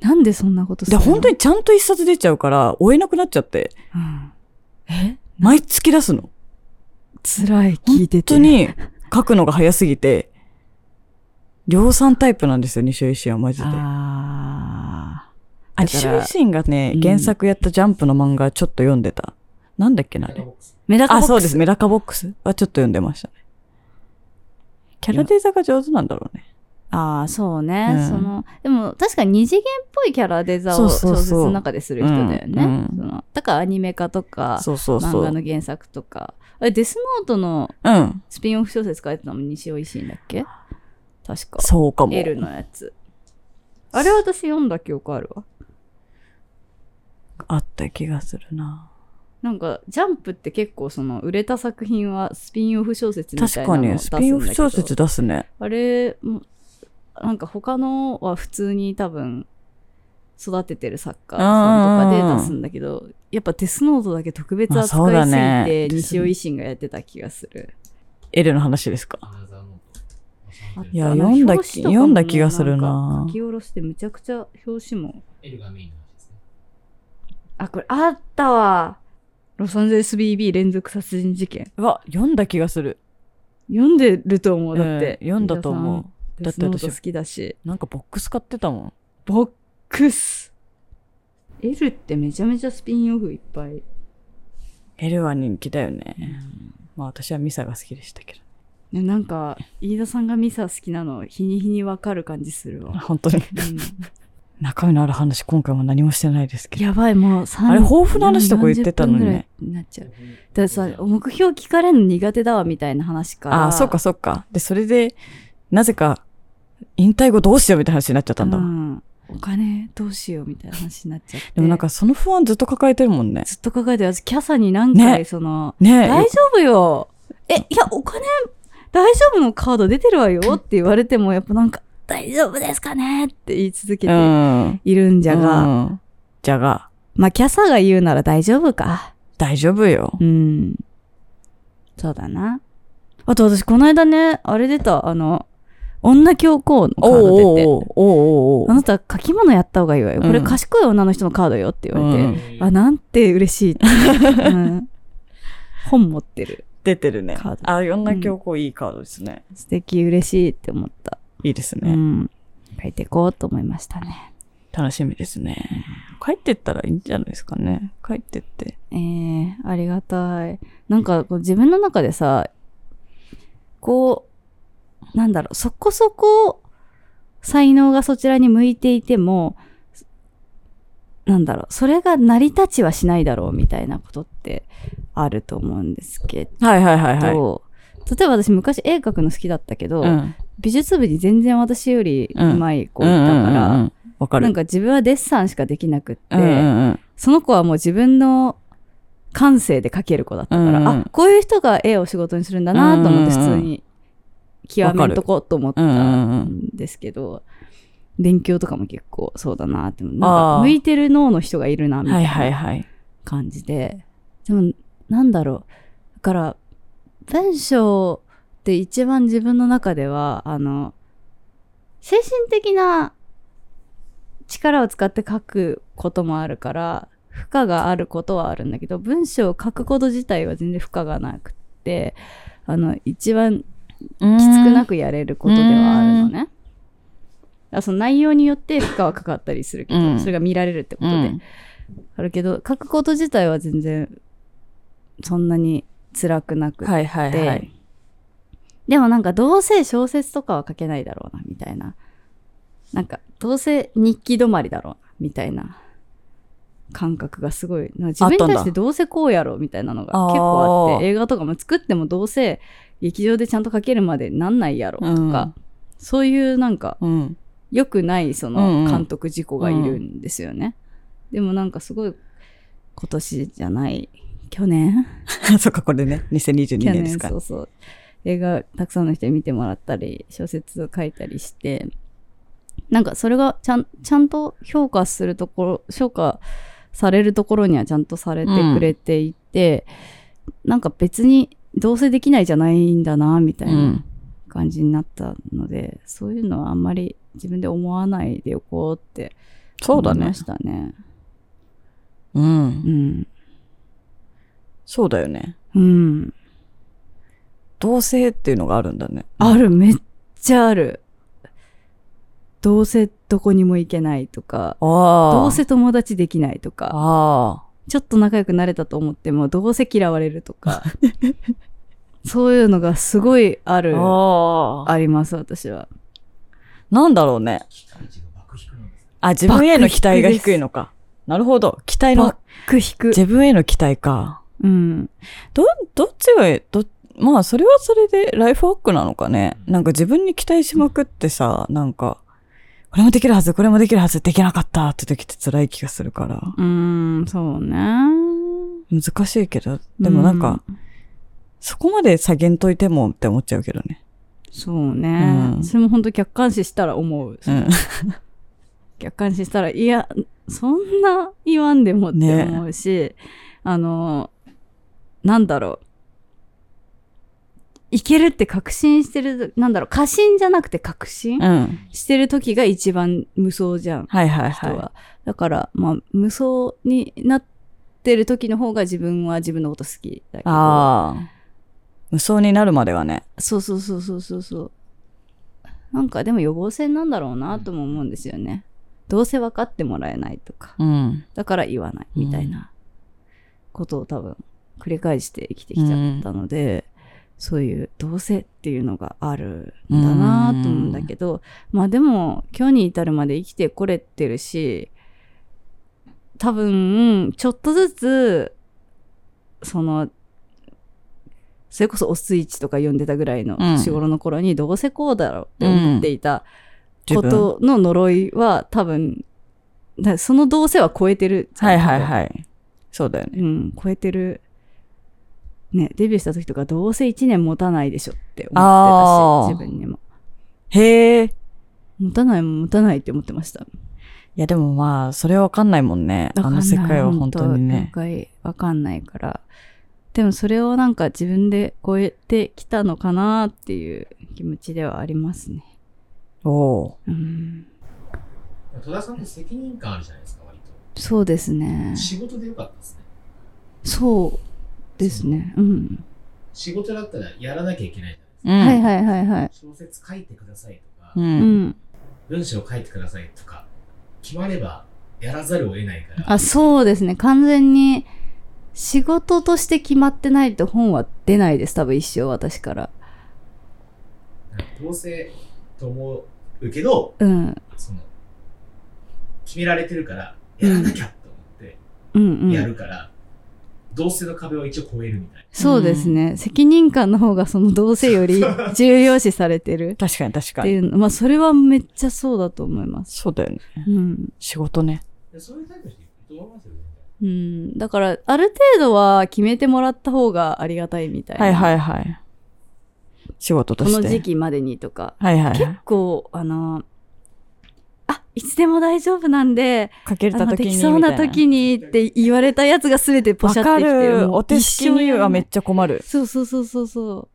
なんでそんなことす
で、
るの
本当
に、
にちゃんと一冊出ちゃうから、追えなくなっちゃって、
うんえ
毎月出すの。
辛い、聞いてて。
本当に書くのが早すぎて、量産タイプなんですよ、西尾維新はマジで。
あだ
あ、西
から
尾維新がね
う、ん
原作やったジャンプの漫画ちょっと読んでた。なんだっけな、あれ。
ー。メダカボ
あ、
ックス
そうです。メダカボックスはちょっと読んでましたね。キャラデザが上手なんだろうね。
ああ、そうね、
うん
その、でも確かに二次元っぽいキャラデザ
そう
を
そうそう
小説の中でする人だよね。
うんうん
そのだからアニメ化とか、
そうそうそ
漫画
う。
の原作とか。あれデスノートの
うん。
スピンオフ小説書いてたのも西尾維新だっけ確か。
そうかも。
L のやつ。あれ私読んだ記憶あるわ。
あった気がするな。
なんか、ジャンプって結構その、売れた作品はスピンオフ小説みた
確
いな
か
のを出
に、
す
ス
んだけど
ピンオフ小説出すね。
あれも、なんか他のは普通に多分、育ててる作家さんと
うんうんう
か
ん
で出すんだけど、やっぱデスノートだけ特別
まあそう
扱
だ
いすぎ
ね
て、
デス
西尾維新がやってた気がする。
L の話ですか。
アナザーノート
あと
いや
あの
読んだ
表紙とかも
読んだ気がするなん
か書き下ろしてむちゃくちゃ表紙も。
L がメインの話ですね。
あ、これあったわ。ロサンゼルス BB 連続殺人事件。
うわ、読んだ気がする。
読んでると思う。だって。
うん読んだと思う。だ
飯田さん。デ
って
スノー
私
ト好、きだし。
なんかボックス買ってたもん。
ボックス。L ってめちゃめちゃスピンオフいっぱい。
L は人気だよね。まあ私はミサが好きでしたけど。
ね、なんか飯田さんがミサ好きなの日に日にわかる感じするわ、
本当に。
うん
中身のある話、今回も何もしてないですけ ど。
やばいもう
あ
あ
れ抱負の話とか言ってたのにね
なっちゃうだからさ目標聞かれるの苦手だわみたいな話から
ああ、そうかそうか。で、それで、なぜか、引退後どうしようみたいな話になっちゃったんだ。
うんお金どうしようみたいな話になっちゃって
でもなんかその不安ずっと抱えてるもんね。
ずっと抱えて私キャサに何回、
ね
その
ねえ。
大丈夫よえいやお金大丈夫のカード出てるわよって言われてもやっぱなんか大丈夫ですかねって言い続けて
うん。
いるんじゃが、
うんじゃが、
まあキャサが言うなら大丈夫か
大丈夫よ。
うん。そうだな。あと私、この間ね、あれ出た、あの、女教皇のカード出て、
おうおうおうおうお
あなた書き物やった方がいいわよ。
うん
これ賢い女の人のカードよって言わ
う
れ
ん
て、
うん
あ、なんて嬉しいって、うん本持ってる。
出てるね
カー。ド
あ、いろんな教皇いいカードですね。
素敵、嬉しいって思った。
いいです
う
ね。
ん。書いていこうと思いましたね。
楽しみですね。帰ってったらいいんじゃないですかね。帰ってって。
えー、ありがたい。なんか、こう自分の中でさ、こう、なんだろう、そこそこ、才能がそちらに向いていても、なんだろう、それが成り立ちはしないだろうみたいなことってあると思うんですけ
はいはいはいはい。
ど、例えば私昔絵描くの好きだったけど、
うん。
美術部に全然私より
うん
上手い子いたから、
うんうんうんうんわかる。
なんか自分はデッサンしかできなくって、
うんうんうん
その子はもう自分の感性で描ける子だったから、
うんうん
あこういう人が絵を仕事にするんだなと思って
うん
普
うんうん
通に極めんとこうと思った
うんうんうん
んですけど、勉強とかも結構そうだなってなん
あ
か
ー
向いてる脳の人がいるなみた
はいい
な
はいはい。
感じででもなんだろうだから文章って一番自分の中ではあの精神的な力を使って書くこともあるから負荷があることはあるんだけど文章を書くこと自体は全然負荷がなくってあの一番
うん
きつくなくやれることではあるのね。だからその内容によって負荷はかかったりするけど、
うん
それが見られるってこ
う
とで、
ん
あるけど書くこと自体は全然そんなに辛くなくて、
はいはいはい。
でもなんかどうせ小説とかは書けないだろうなみたいななんかどうせ日記止まりだろうなみたいな感覚がすごいなんか自分に
あったん
対
だ
してどうせこうやろうみたいなのが結構あっ
あー
て映画とかも作ってもどうせ劇場でちゃんと書けるまでなんないやろうとか、そういうなんか
うん。
良くないそ
うんう
の
ん
監督事故がいるんですよね、でもなんかすごい今年じゃない去年
そっか、これね、2022
去
年です
年
か
そ
ら。
うそう映画たくさんの人に見てもらったり小説を書いたりしてなんかそれがちゃんちゃんと評価するところ評価されるところにはちゃんとされてくれていて、なんか別にどうせできないじゃないんだなみたいうな、
ん。
感じになったのでそういうのはあんまり自分で思わないでおこうって
そう
思
だ
い
ね
ま。したね。
う。
うんん
そうだよね。
うん、
同性っていうのがあるんだね。
あるめっちゃある。どうせどこにも行けないとか
ああ。
どうせ友達できないとか
あ
ちょっと仲良くなれたと思ってもどうせ嫌われると かそういうのがすごいあ
あ。
るあ
ああ。
ります私は。
なんだろうね。
期待値が爆低なんですね。
あ、自分への期待が低いのか。なるほど。期待
バ
の
ッ、ク引く。
自分への期待か。
うん
ど、どっちが、ど、まあ、それはそれでライフワックなのかね。なんか自分に期待しまくってさ、なんか、これもできるはず、これもできるはず、できなかったって時って辛い気がするから。
うーんそうね。
難しいけど、でもなんか、そこまで下げんといてもって思っちゃうけどね。
そうね、
うん
それも本当客観視したら思う、
うん。
客観視したらいやそんな言わんでもって思うし、あのなんだろういけるって確信してるなんだろう過信じゃなくて確信
うん。
してる時が一番無双じゃん
はいはい
人は、
は
だからまあ無双になってる時の方が自分は自分のこと好きだけ
い。
ど
ああ。無双になるまではね。
そうそうそうそうそうそうなんかでも予防線なんだろうなとも思うんですよねどうせ分かってもらえないとか
うん。
だから言わない
うん
みたいなことを多分繰り返して生きてきちゃったので、そういうどうせっていうのがあるんだなと思うんだけど、まあでも今日に至るまで生きてこれてるし多分ちょっとずつそのそれこそ「おスイッチ」とか読んでたぐらいの
うん
年頃の頃にどうせこうだろうって思っていたことの呪いは多分だそのどうせは超えてる
はいはい
い、
はい。そうだよね。
うん、超えてるねデビューした時とかどうせ1年持たないでしょって
あ
思
ー
ってたし自分にも
へえ。い
持たないもん持たないって思ってました
やでもまあ、それはわかんないもんね。
わ
あ
かんない
の世界は本当に
なん
ね。
かわかんないから。でもそれをなんか自分で超えてきたのかなっていう気持ちではありますね。
おお
うん、
でも戸田さんって責任感あるじゃないですか、割と。
そうですね。
仕事でよかったですね。
そうですね。うん。
仕事だったらやらなきゃいけないじゃない
ー。
です
う
か。
はい
ん。
はいはいはい。
小説書いてくださいとか、
う。
うんん。
文章書いてくださいとか、決まればやらざるを得ないから、
あ、そうですね。完全に仕事として決まってないと本は出ないです。多分一生私から。
なんかどうせと思うけど、
うん。
その、決められてるから、やらなきゃと思って
うんうん。
やるから、どうせの壁を一応超えるみたい
そうですね。責任感の方がそのどうせより重要視されてる。
確かに確か
ってい
に。
うの、まあそれはめっちゃそうだと思います。
そうだよね。
うん。
仕事ね。
な。でそういうタイプの人いると思いますよね。
うん。だから、ある程度は決めてもらった方がありがたいみたいな。
はいはいはい。仕事と
こ
して。
の時期までにとか。
はいはいはい。
結構、あの、あ、いつでも大丈夫なんで、
かけれ
あ
た
の
時
で
に
き
みた
そ
いうな。
な時にって言われたやつが全てポ
わ
シャ
か
ってきてる。
る。
もう
お手すきにはめっちゃ困る。
そうそうそうそうそ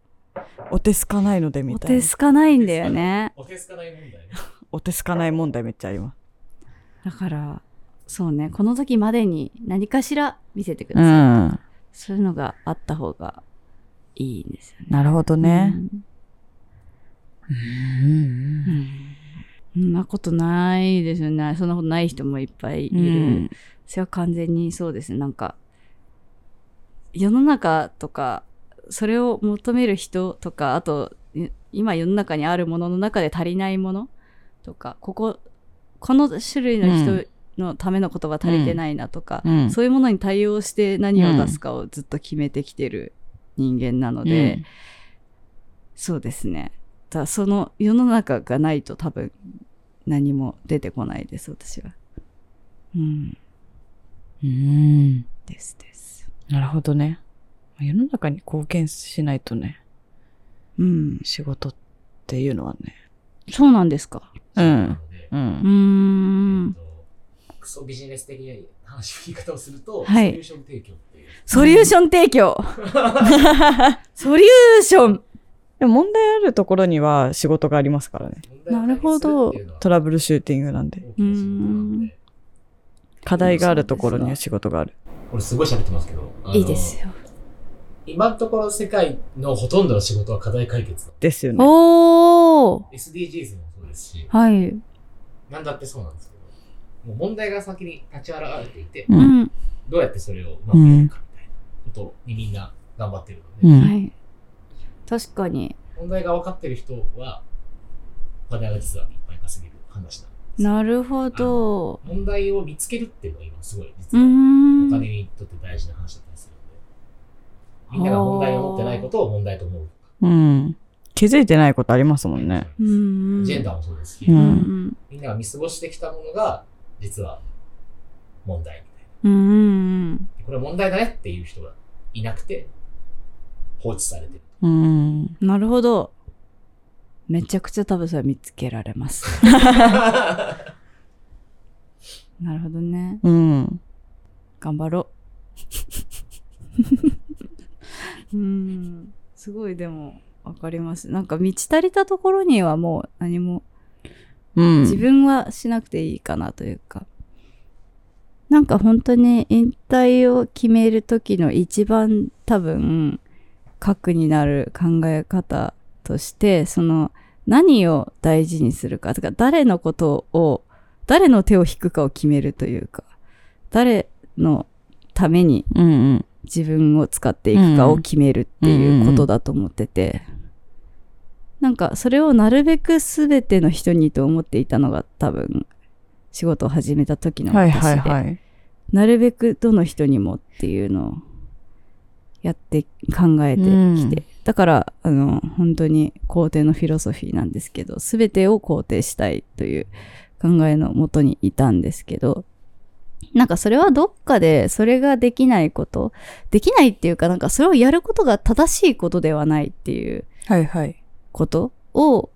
お手すかないので
う。
み
お
たい
手
な。
すかないんだよね。
お手つかない問題ね。
お手すかない問題めっちゃあります。
だから、そうね、この時までに何かしら見せてく
う
ださい。
ん。
そういうのがあった方がいいんですよね。
なるほどね。
うん。うんそんなことないですよね。そんなことない人もいっぱいいる。
うん。
それは完全にそうですね。なんか、世の中とか、それを求める人とか、あと、い今世の中にあるものの中で足りないものとか、ここ、この種類の
う
人のための言葉足りてないなとか、
うん
そういうものに対応して何を出すかをずっと決めてきてる人間なので、そうですね。だからその世の中がないと多分何も出てこないです、私は。うん。
うん。
ですです。
なるほどね。世の中に貢献しないとね、
うん。
仕事っていうのはね。
そうなんですか。
うん
なので
う
うー
ん。
えっ
ん。
とクソビジネス的な話の言い方をすると、
はい
ソリューション提供っていう。
ソリューション提 供ソリューション
でも問題あるところには仕事がありますからね。
なるほど
トラブルシューティングなんで。
うなんで。
課題があるところには仕事がある。
これすごい喋ってますけど。あの
いいです。よ。
今のところ世界のほとんどの仕事は課題解決だ。
ですよね。
おー
SDGs もそうですし、
はい。
なんだってそうなんですけど、もう問題が先に立ち現れていて、
う
うんん。
どうやってそれをうまくやるかみたいなことにみんな頑張ってるので、
うん
はい。確かに。
問題が分かってる人は、お金が実はいっぱい稼げる話なんです。
なるほど。
問題を見つけるっていうのが今すごい、実
うー
はお
ん。
金にとって大事な話だったりするので、みんなが問題を持ってないことを問題と思う。
うん。気づいてないことありますもんね。
うーん。
ジェンダーもそうですし、
う
うんん
みんなが見過ごしてきたものが、実は問題みたいな。
うん。うんうん
これ問題だねっていう人がいなくて、放置されてる。
うん。
うん。なるほど。めちゃくちゃ多分それ見つけられます。 なるほどね。
うん。
頑張ろう。うん。すごいでも、わかります。なんか満ち足りたところにはもう何も、
うん。
自分はしなくていいかなというか。なんか本当に引退を決める時の一番多分、核になる考え方として、その何を大事にするか、とか誰のことを、誰の手を引くかを決めるというか、誰のために
うんうん。
自分を使っていくかを決めるっていうことだと思ってて、なんかそれをなるべく全ての人にと思っていたのが多分仕事を始めた時の
はい
私で、
はいはい。
なるべくどの人にもっていうのをやって考えてきて、
うん
だからあの本当に肯定のフィロソフィーなんですけど全てを肯定したいという考えのもとにいたんですけどなんかそれはどっかでそれができないことできないっていうかなんかそれをやることが正しいことではないっていう
はいはい。
ことを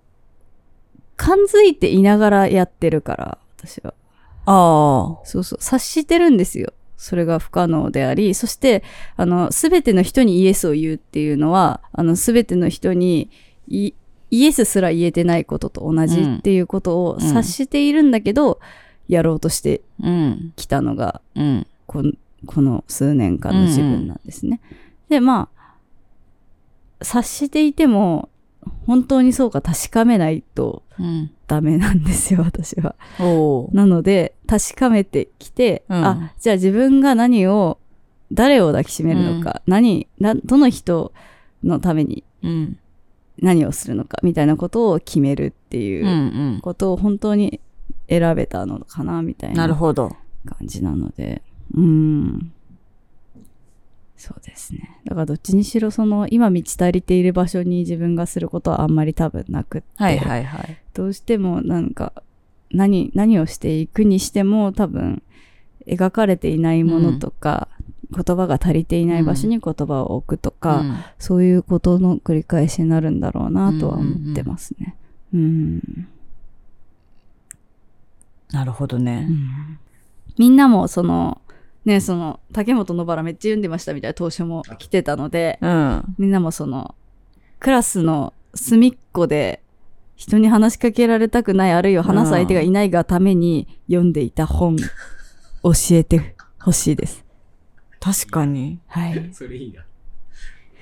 感づいていながらやってるから私は
ああ。
そうそう、察してるんですよ。それが不可能であり、そして、あの、すべての人にイエスを言うっていうのは、あの、すべての人にイ、イエスすら言えてないことと同じっていうことを
ん
察しているんだけど、やろうとして
うん。
きたのが、
うん。
こんこの数年間の自分なんですね。で、まあ、察していても、本当にそうか確かめないと
うん。
ダメなんですよ、私は。
おお。
なので、確かめてきて、
うん
あ、じゃあ自分が何を、誰を抱きしめるのか、何な、どの人のために
うん。
何をするのか、みたいなことを決めるって
うんう。
いうんことを本当に選べたのかな、みたい
な
な
る
感
ほど。
じなので、うん。そうですね。だからどっちにしろ、その、今満ち足りている場所に自分がすることはあんまり多分なくって、
はいはいはい。
どうしてもなんか何何をしていくにしても多分描かれていないものとか、言葉が足りていない場所に言葉を置くとか、
うん
そういうことの繰り返しになるんだろうなとは思ってますね。うん
なるほどね。
みんなもそのねその竹本のばらめっちゃ読んでましたみたいな投書も来てたので
うん。
みんなもそのクラスの隅っこで人に話しかけられたくないあるいは話す相手がいないがために読んでいた本教えてほしいです。
確かに。
はい。
それいいな。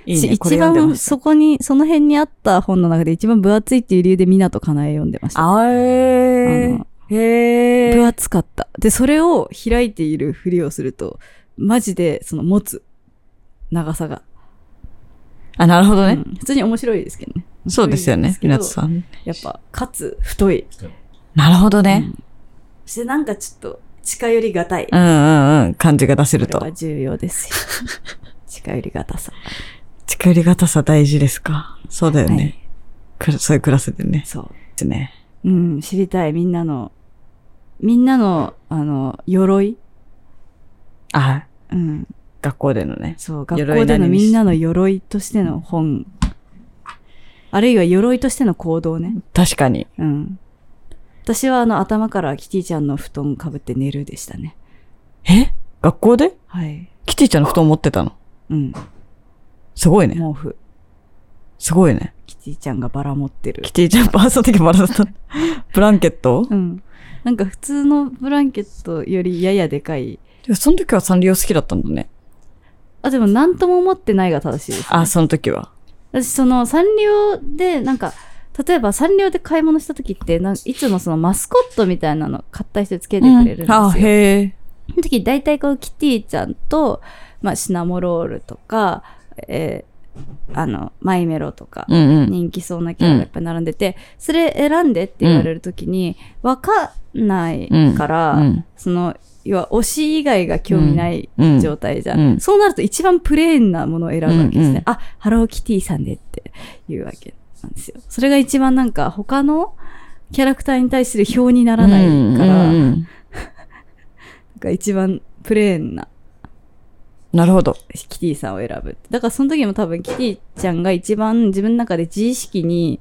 いい
し
ね。これ
一
読んでほ
番
しい
そこにその辺にあった本の中で一番分厚いっていう理由で湊かなえ読んでました。
あ
あ
ー
の
えー。へ
分
ー。
厚かった。で、それを開いているふりをすると、マジで、その、持つ、長さが、
あ、なるほど
う
ね。
ん普通に面白いですけどね。
そうですよ
面
ね。
白い
ひ
ん
な
で
つ
すけど
さん。
やっぱ、かつ、太い。
なるほどね。
そして、なんかちょっと、近寄りがたい。
うんうんうん。感じが出せる
ことれ。は重要ですよ。 近寄りがたさ。
近寄りがたさ大事ですか。そうだよ
は
ね
い。
くらそういうクラスでね。
そ
ですね。
う。うん、知りたい。みんなの、みんなの、あの、鎧。
あ、
うん。
学校でのね。
そう、
鎧
学校での
何にし
みんなの鎧としての本。あるいは鎧としての行動ね。
確かに。
うん。私はあの頭からキティちゃんの布団かぶって寝るでしたね。
え学校で
はい。
キティちゃんの布団持ってたの
うん。
すごいね。
毛布。
すごいね。
キティちゃんがバラ持ってる
キ。ティちゃん、バーサティバラだった。 ブランケット
うん。なんか普通のブランケットよりややでかい。
でもその時はサンリオ好きだったんだね。
あ、でも何とも思ってないが正しいです。
あ、その時は。
私そのサンリオでなんか、例えばサンリオで買い物した時ってなんいつもそのマスコットみたいなの買った人つけてくれるんですよ。
あ、へえ。
その時大体こうキティちゃんと、まあ、シナモロールとか、えーあのマイメロとか
うんうん。
人気そうなキャラがいっぱい並んでて、それ選んでって言われる時に、わかんないから、
うん
その要は推し以外が興味ない
うん
状態じゃん、
うん
そうなると一番プレーンなものを選ぶわけですね、
うんうん
あハローキティさんでっていうわけなんですよそれが一番なんか他のキャラクターに対する票にならないから、
うんうんうん
が一番プレーンな
なるほど。
キティさんを選ぶってだからその時も多分キティちゃんが一番自分の中で自意識に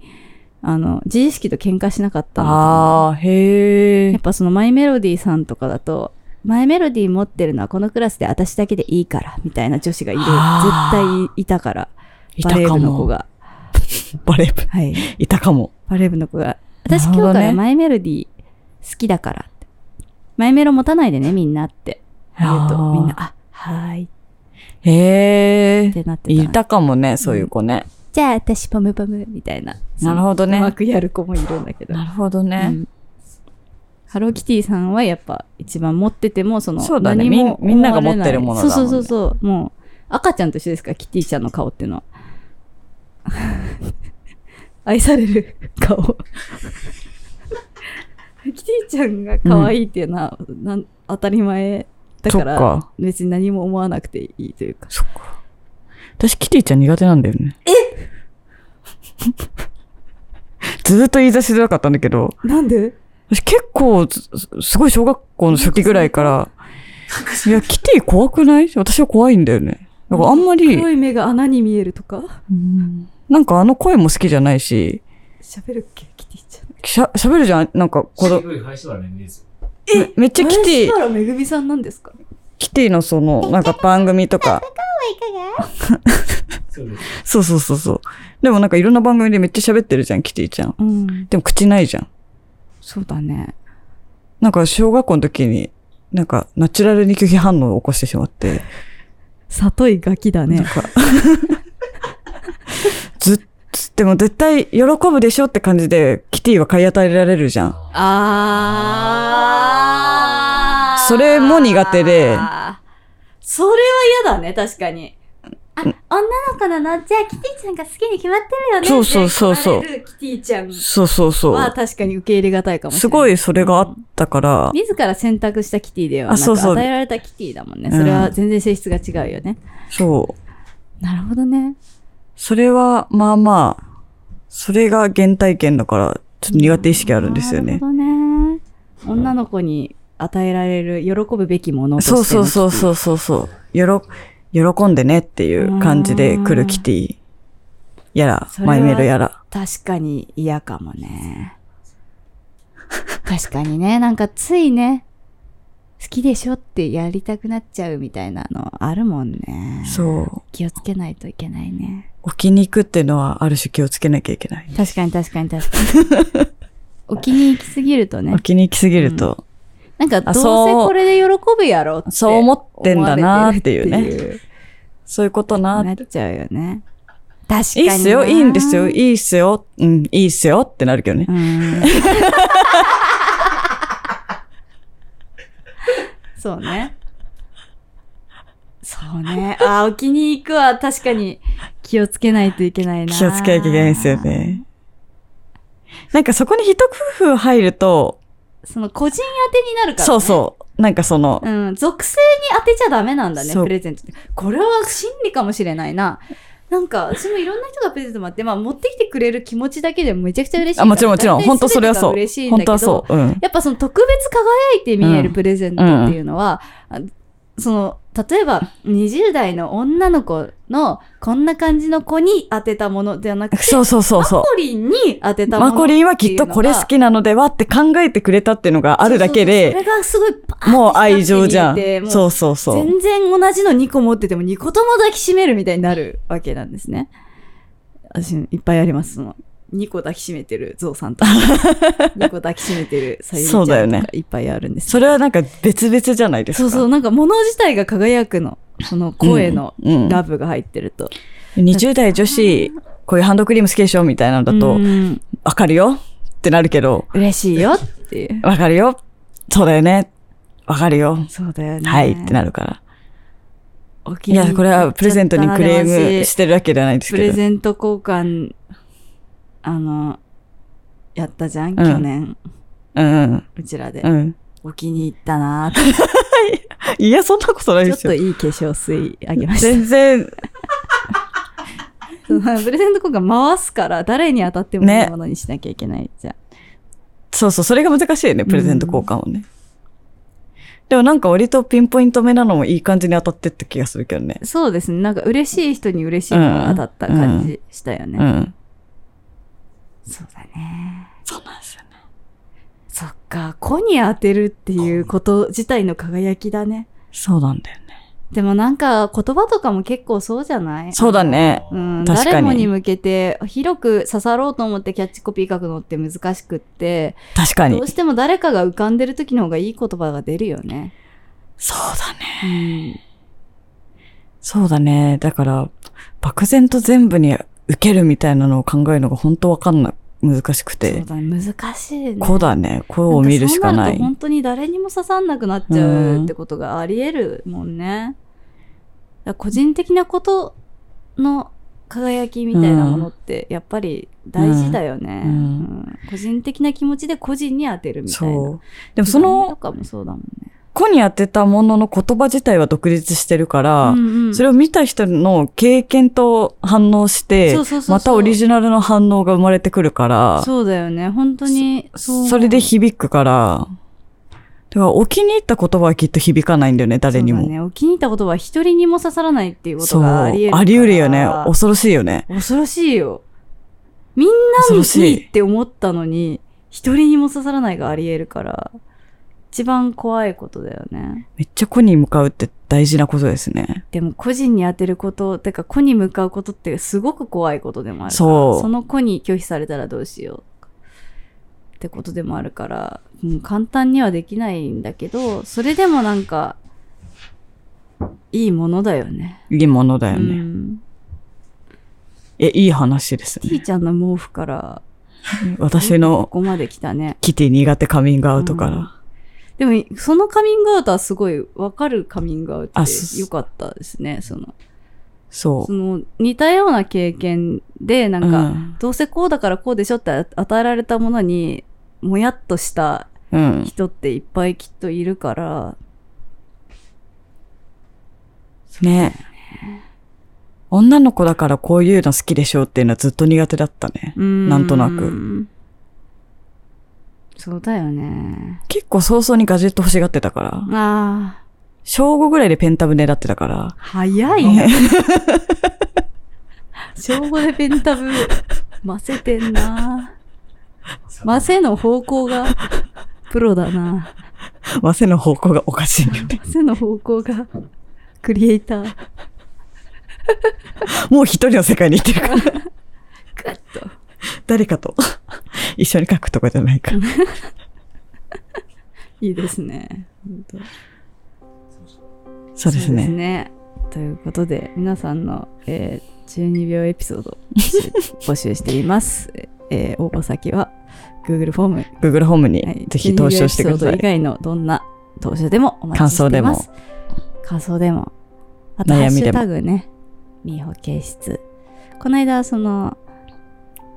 あの自意識と喧嘩しなかったんだと思う
あー、へ
やっ
え。
ぱそのマイメロディーさんとかだとマイメロディー持ってるのはこのクラスで私だけでいいからみたいな女子がいる絶
あー
対いたから
い
バレー
たか
部の子
も。
が
バレー部。
はい
いたかも。
バレー部の子が
なる
私
ほどね
今日からマイメロディー好きだからってマイメロ持たないでねみんなって言うとみんなあはーい
へえ
っ。てなってた
いたかもね、そういう子ね。
じゃあ私パムパムみたいな。
なるほどね
うまくやる子もいるんだけど。
るほど
う。んハローキティさんはやっぱ一番持ってても、その、
そうだね
何も
みんみんなが
思
持
われ
ってるものだもんね
そうそうそうそう。もう、赤ちゃんと一緒ですから、キティちゃんの顔っていうのは。 愛される顔。 キティちゃんが可愛いっていうのは、なん当たり前だ
そっ
から、
か。
別に何も思わなくていいというか。
そっか。私、キティちゃん苦手なんだよね。え ずーっと言い出しづらかったんだけど、
なんで
私結構ず、すすごい小学校の初期ぐらいから、いや、キティ怖くない私は怖いんだよね。なんかあんまり、
黒い目が穴に見えるとか
うんなんかあの声も好きじゃないし、
喋るっけキティちゃん。
しゃ、喋るじゃんなんか、この、
渋い配信は年齢ですよ。
めめっちゃキティ
林、原めぐみさんなんですか
キティのその、なんか番組とか、
そうです。
そうそうそうそう。でもなんかいろんな番組でめっちゃ喋ってるじゃん、キティちゃん。
うん。
でも口ないじゃん。
そうだね。
なんか小学校の時に、なんかナチュラルに拒否反応を起こしてしまって、
里いガキだ
なん
ね。
か、ずっでも絶対喜ぶでしょって感じで、キティは買い与えられるじゃん。
あー。
それも苦手で
あー。それは嫌だね、確かに。あ、女の子なのじゃあキティちゃんが好きに決まってるよね。
そうそうそうそう
って言われるキティちゃん
そうそうそ
は
う。
確かに受け入れがたいかもしれない。
すごいそれがあったから、
自ら選択したキティではな
あ
く、
そうそう
与えられたキティだもんね。それは全然性質が違うよね。
そう。
なるほどね。
それは、まあまあ、それが原体験だから、ちょっと苦手意識あるんですよ
な
ね
る。ほどね。女の子に与えられる喜ぶべきものとして
そ
の
うそうそうそうそうそう。よろ、喜んでねっていう感じで来るキティ。やら
そ、れは
マイメロやら。
確かに嫌かもね。 確かにね、なんかついね、好きでしょってやりたくなっちゃうみたいなのあるもんね。
そう。
気をつけないといけないね。
置きに行くっていうのはある種気をつけなきゃいけない。
確かに確かに確かに。 お気に行きすぎるとね
置、きに行きすぎると、
なんかどうせ
そう
これで喜ぶやろって
そう思ってんだなーっていうね
思われてるっていう
そういうことな
なっちゃうよね。確か
い
に
い
な。
っすよ、いいんですよ、いいっすよ、うん、いいっすよってなるけどね
う。ん。そうね。そうね。あー、お気に行くは確かに気をつけないといけないな。
気をつけなきゃいけないんですよ。ね。なんかそこに一工夫入ると、
その個人当てになるから、ね。
そうそう、なんかその、
うん、属性に当てちゃダメなんだね、
そう
プレゼントって。これは真理かもしれないな。なんか、私もいろんな人がプレゼントもらって、まあ、持ってきてくれる気持ちだけでもめちゃくちゃ嬉しいから。
あ、もちろんもちろん、
大体
本当それ
全
は
て
そ
が嬉しいんだ
う。
けど
本当はそう。うん。
やっぱその特別輝いて見える
うん
プレゼントっていうのは、あその、例えば20代の女の子のこんな感じの子に当てたものではなくて、
そうそうそうそう
マ。コリンに当てたもの
マコリンはきっとこれ好きなのではって考えてくれたっていうのがあるだけ
そうそ
で、
うそうそれがすごいバーって
もう愛情じゃ
光って見えて
ん。
もう
そうそうそう。
全然同じの2個持ってても2個とも抱きしめるみたいになるわけなんですね。私、いっぱいあります。その2個抱きしめてるゾウさん とか、2個抱きしめてるさゆりちゃ
そ
ん
うだよ
と
ね
かいっぱいあるんです
それはなんか別々じゃないです
そ
か。
うそう、なんか物自体が輝くの。その声の
うん
ラブが入ってると。
20代女子、こういうハンドクリーム好きでしょみたいなのだと
う、ん
わかるよってなるけど、
嬉しいよっていう。
わかるよそうだよねわかるよ
そうだよね。
はいってなるから。
お気
い
に入り
や、これはプレゼントにクレームしてるわけではないです
プ
け
レ
ど。
ゼント交換、あの、やったじゃん、
うん
去年。
うんうん。
うちらで
う。ん。
お気に入ったなーって
いや、そんなことない
ちょ
で
っ
す
と
よ。
いい化粧水あげまし
全然、
た。そのプレゼント交換回すから、誰に当たってもいいものにしなきゃいけないじゃん。
そうそう、それが難しいね、プレゼント交換をね。でもなんか割とピンポイント目なのもいい感じに当たってった気がするけどね。
そうですね。なんか嬉しい人に嬉しいものが当たった感じしたよね。
うん。
そうだね。
そうなんですよね。
そっか、子に当てるっていうこと自体の輝きだね。
そうなんだよね。
でもなんか言葉とかも結構そうじゃない
そうだね。
うん、
確かに
誰もに向けて広く刺さろうと思ってキャッチコピー書くのって難しくって、
確かに
どう。しても誰かが浮かんでる時の方がいい言葉が出るよね。
そうだね。
うん、
そうだね。だから、漠然と全部に受けるみたいなのを考えるのが本当わかんない。難しく
そう
て。
だね、難しいね。
こうだね。こうを見るしか
んそう
な
る
い
と。本当に誰にも刺さんなくなっちゃうってことがあり得るもんね。だから個人的なことの輝きみたいなものってやっぱり大事だよね。
うん
うん個人的な気持ちで個人に当てるみたいな。
そう。でも
と
その
かもそうだもんね。
子に当てたものの言葉自体は独立してるから、
うんうん
それを見た人の経験と反応して
そうそうそう、そう
またオリジナルの反応が生まれてくるから、
そうだよね。本当にう思う
それで響くから、だからお気に入った言葉はきっと響かないんだよね、誰に
そ
も
うだ。ね。お気に入ったことは一人にも刺さらないっていうこ
そ
と
う。
があ
あ
り得
り
るから。
得るよね。恐ろしいよね。
恐ろしいよ。みんな
恐ろ
に
し
いいっ
い。
て思ったのに、一人にも刺さらないがあり得るから、一番怖いことだよね。
めっちゃ子に向かうって大事なことですね。
でも個人に当てること、てか子に向かうことってすごく怖いことでもあるから、
そう
の子に拒否されたらどうしようってことでもあるから、うん、簡単にはできないんだけど、それでもなんか、いいものだよね。
いいものだよ
う
ね。
ん。
え、いい話ですね。
T ちゃんの毛布から、
私
こ
の
こまで来たね。
キティ苦手カミングアウトから。
うんでも、そのカミングアウトはすごいわかるカミングアウト
あ
で
そ
良かったですね。その、
そう。
その似たような経験で、なんか、
うん
どうせこうだからこうでしょって与えられたものに、もやっとした
うん。
人っていっぱいきっといるから、
ね女の子だからこういうの好きでしょうっていうのはずっと苦手だったね。
な
なんとなく。
そうだよね。
結構早々にガジェット欲しがってたから。
ああ、
小5ぐらいでペンタブ狙ってたから。
早い ね。小5でペンタ ブ、ませてんな。ませの方向がプロだな。
まあ、背の方向がおかしいよね。
背の方向が、クリエイター。
もう一人の世界に行ってるから。
グッと。
誰かと一緒に書くとかじゃない から。
いいですね。本当
そうですね。
ということで、皆さんの、えー12秒エピソードを募集募集しています。えー応募先は Google フォーム、
Google ホーム
はい
にぜひ投資をしてくだ
12
さ
秒エピソード以
い。
外のどんな投資でもお待ちしています。感想でも。あと、ハッ
悩
シ
み
ュ
でも
タグね。美穂形質。この間、その、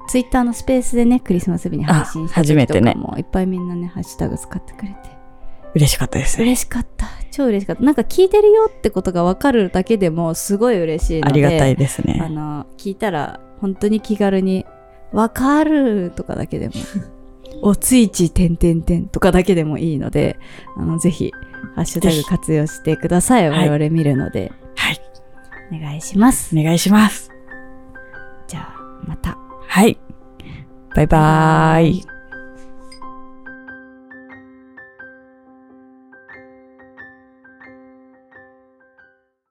ツイッターのスペースでね、クリスマス日に配信した
あ初め
時
て
と
ね
かも、いっぱいみんなね、ハッシュタグ使ってくれて。
嬉しかったですね。
嬉しかった超嬉しかったなんか聞いてるよってことが分かるだけでもすごい嬉しいの
あ
で
りがたいです
あ
ね。
の聞いたら本当に気軽に「分かる」とかだけ でも「おついちてんてんてん」とかだけでもいいのであのぜひハッシュタグ活用してください
は
我
い
々見るので、
はい。
お願いします
お願いします。
じゃあまた
はい。バイバーイ。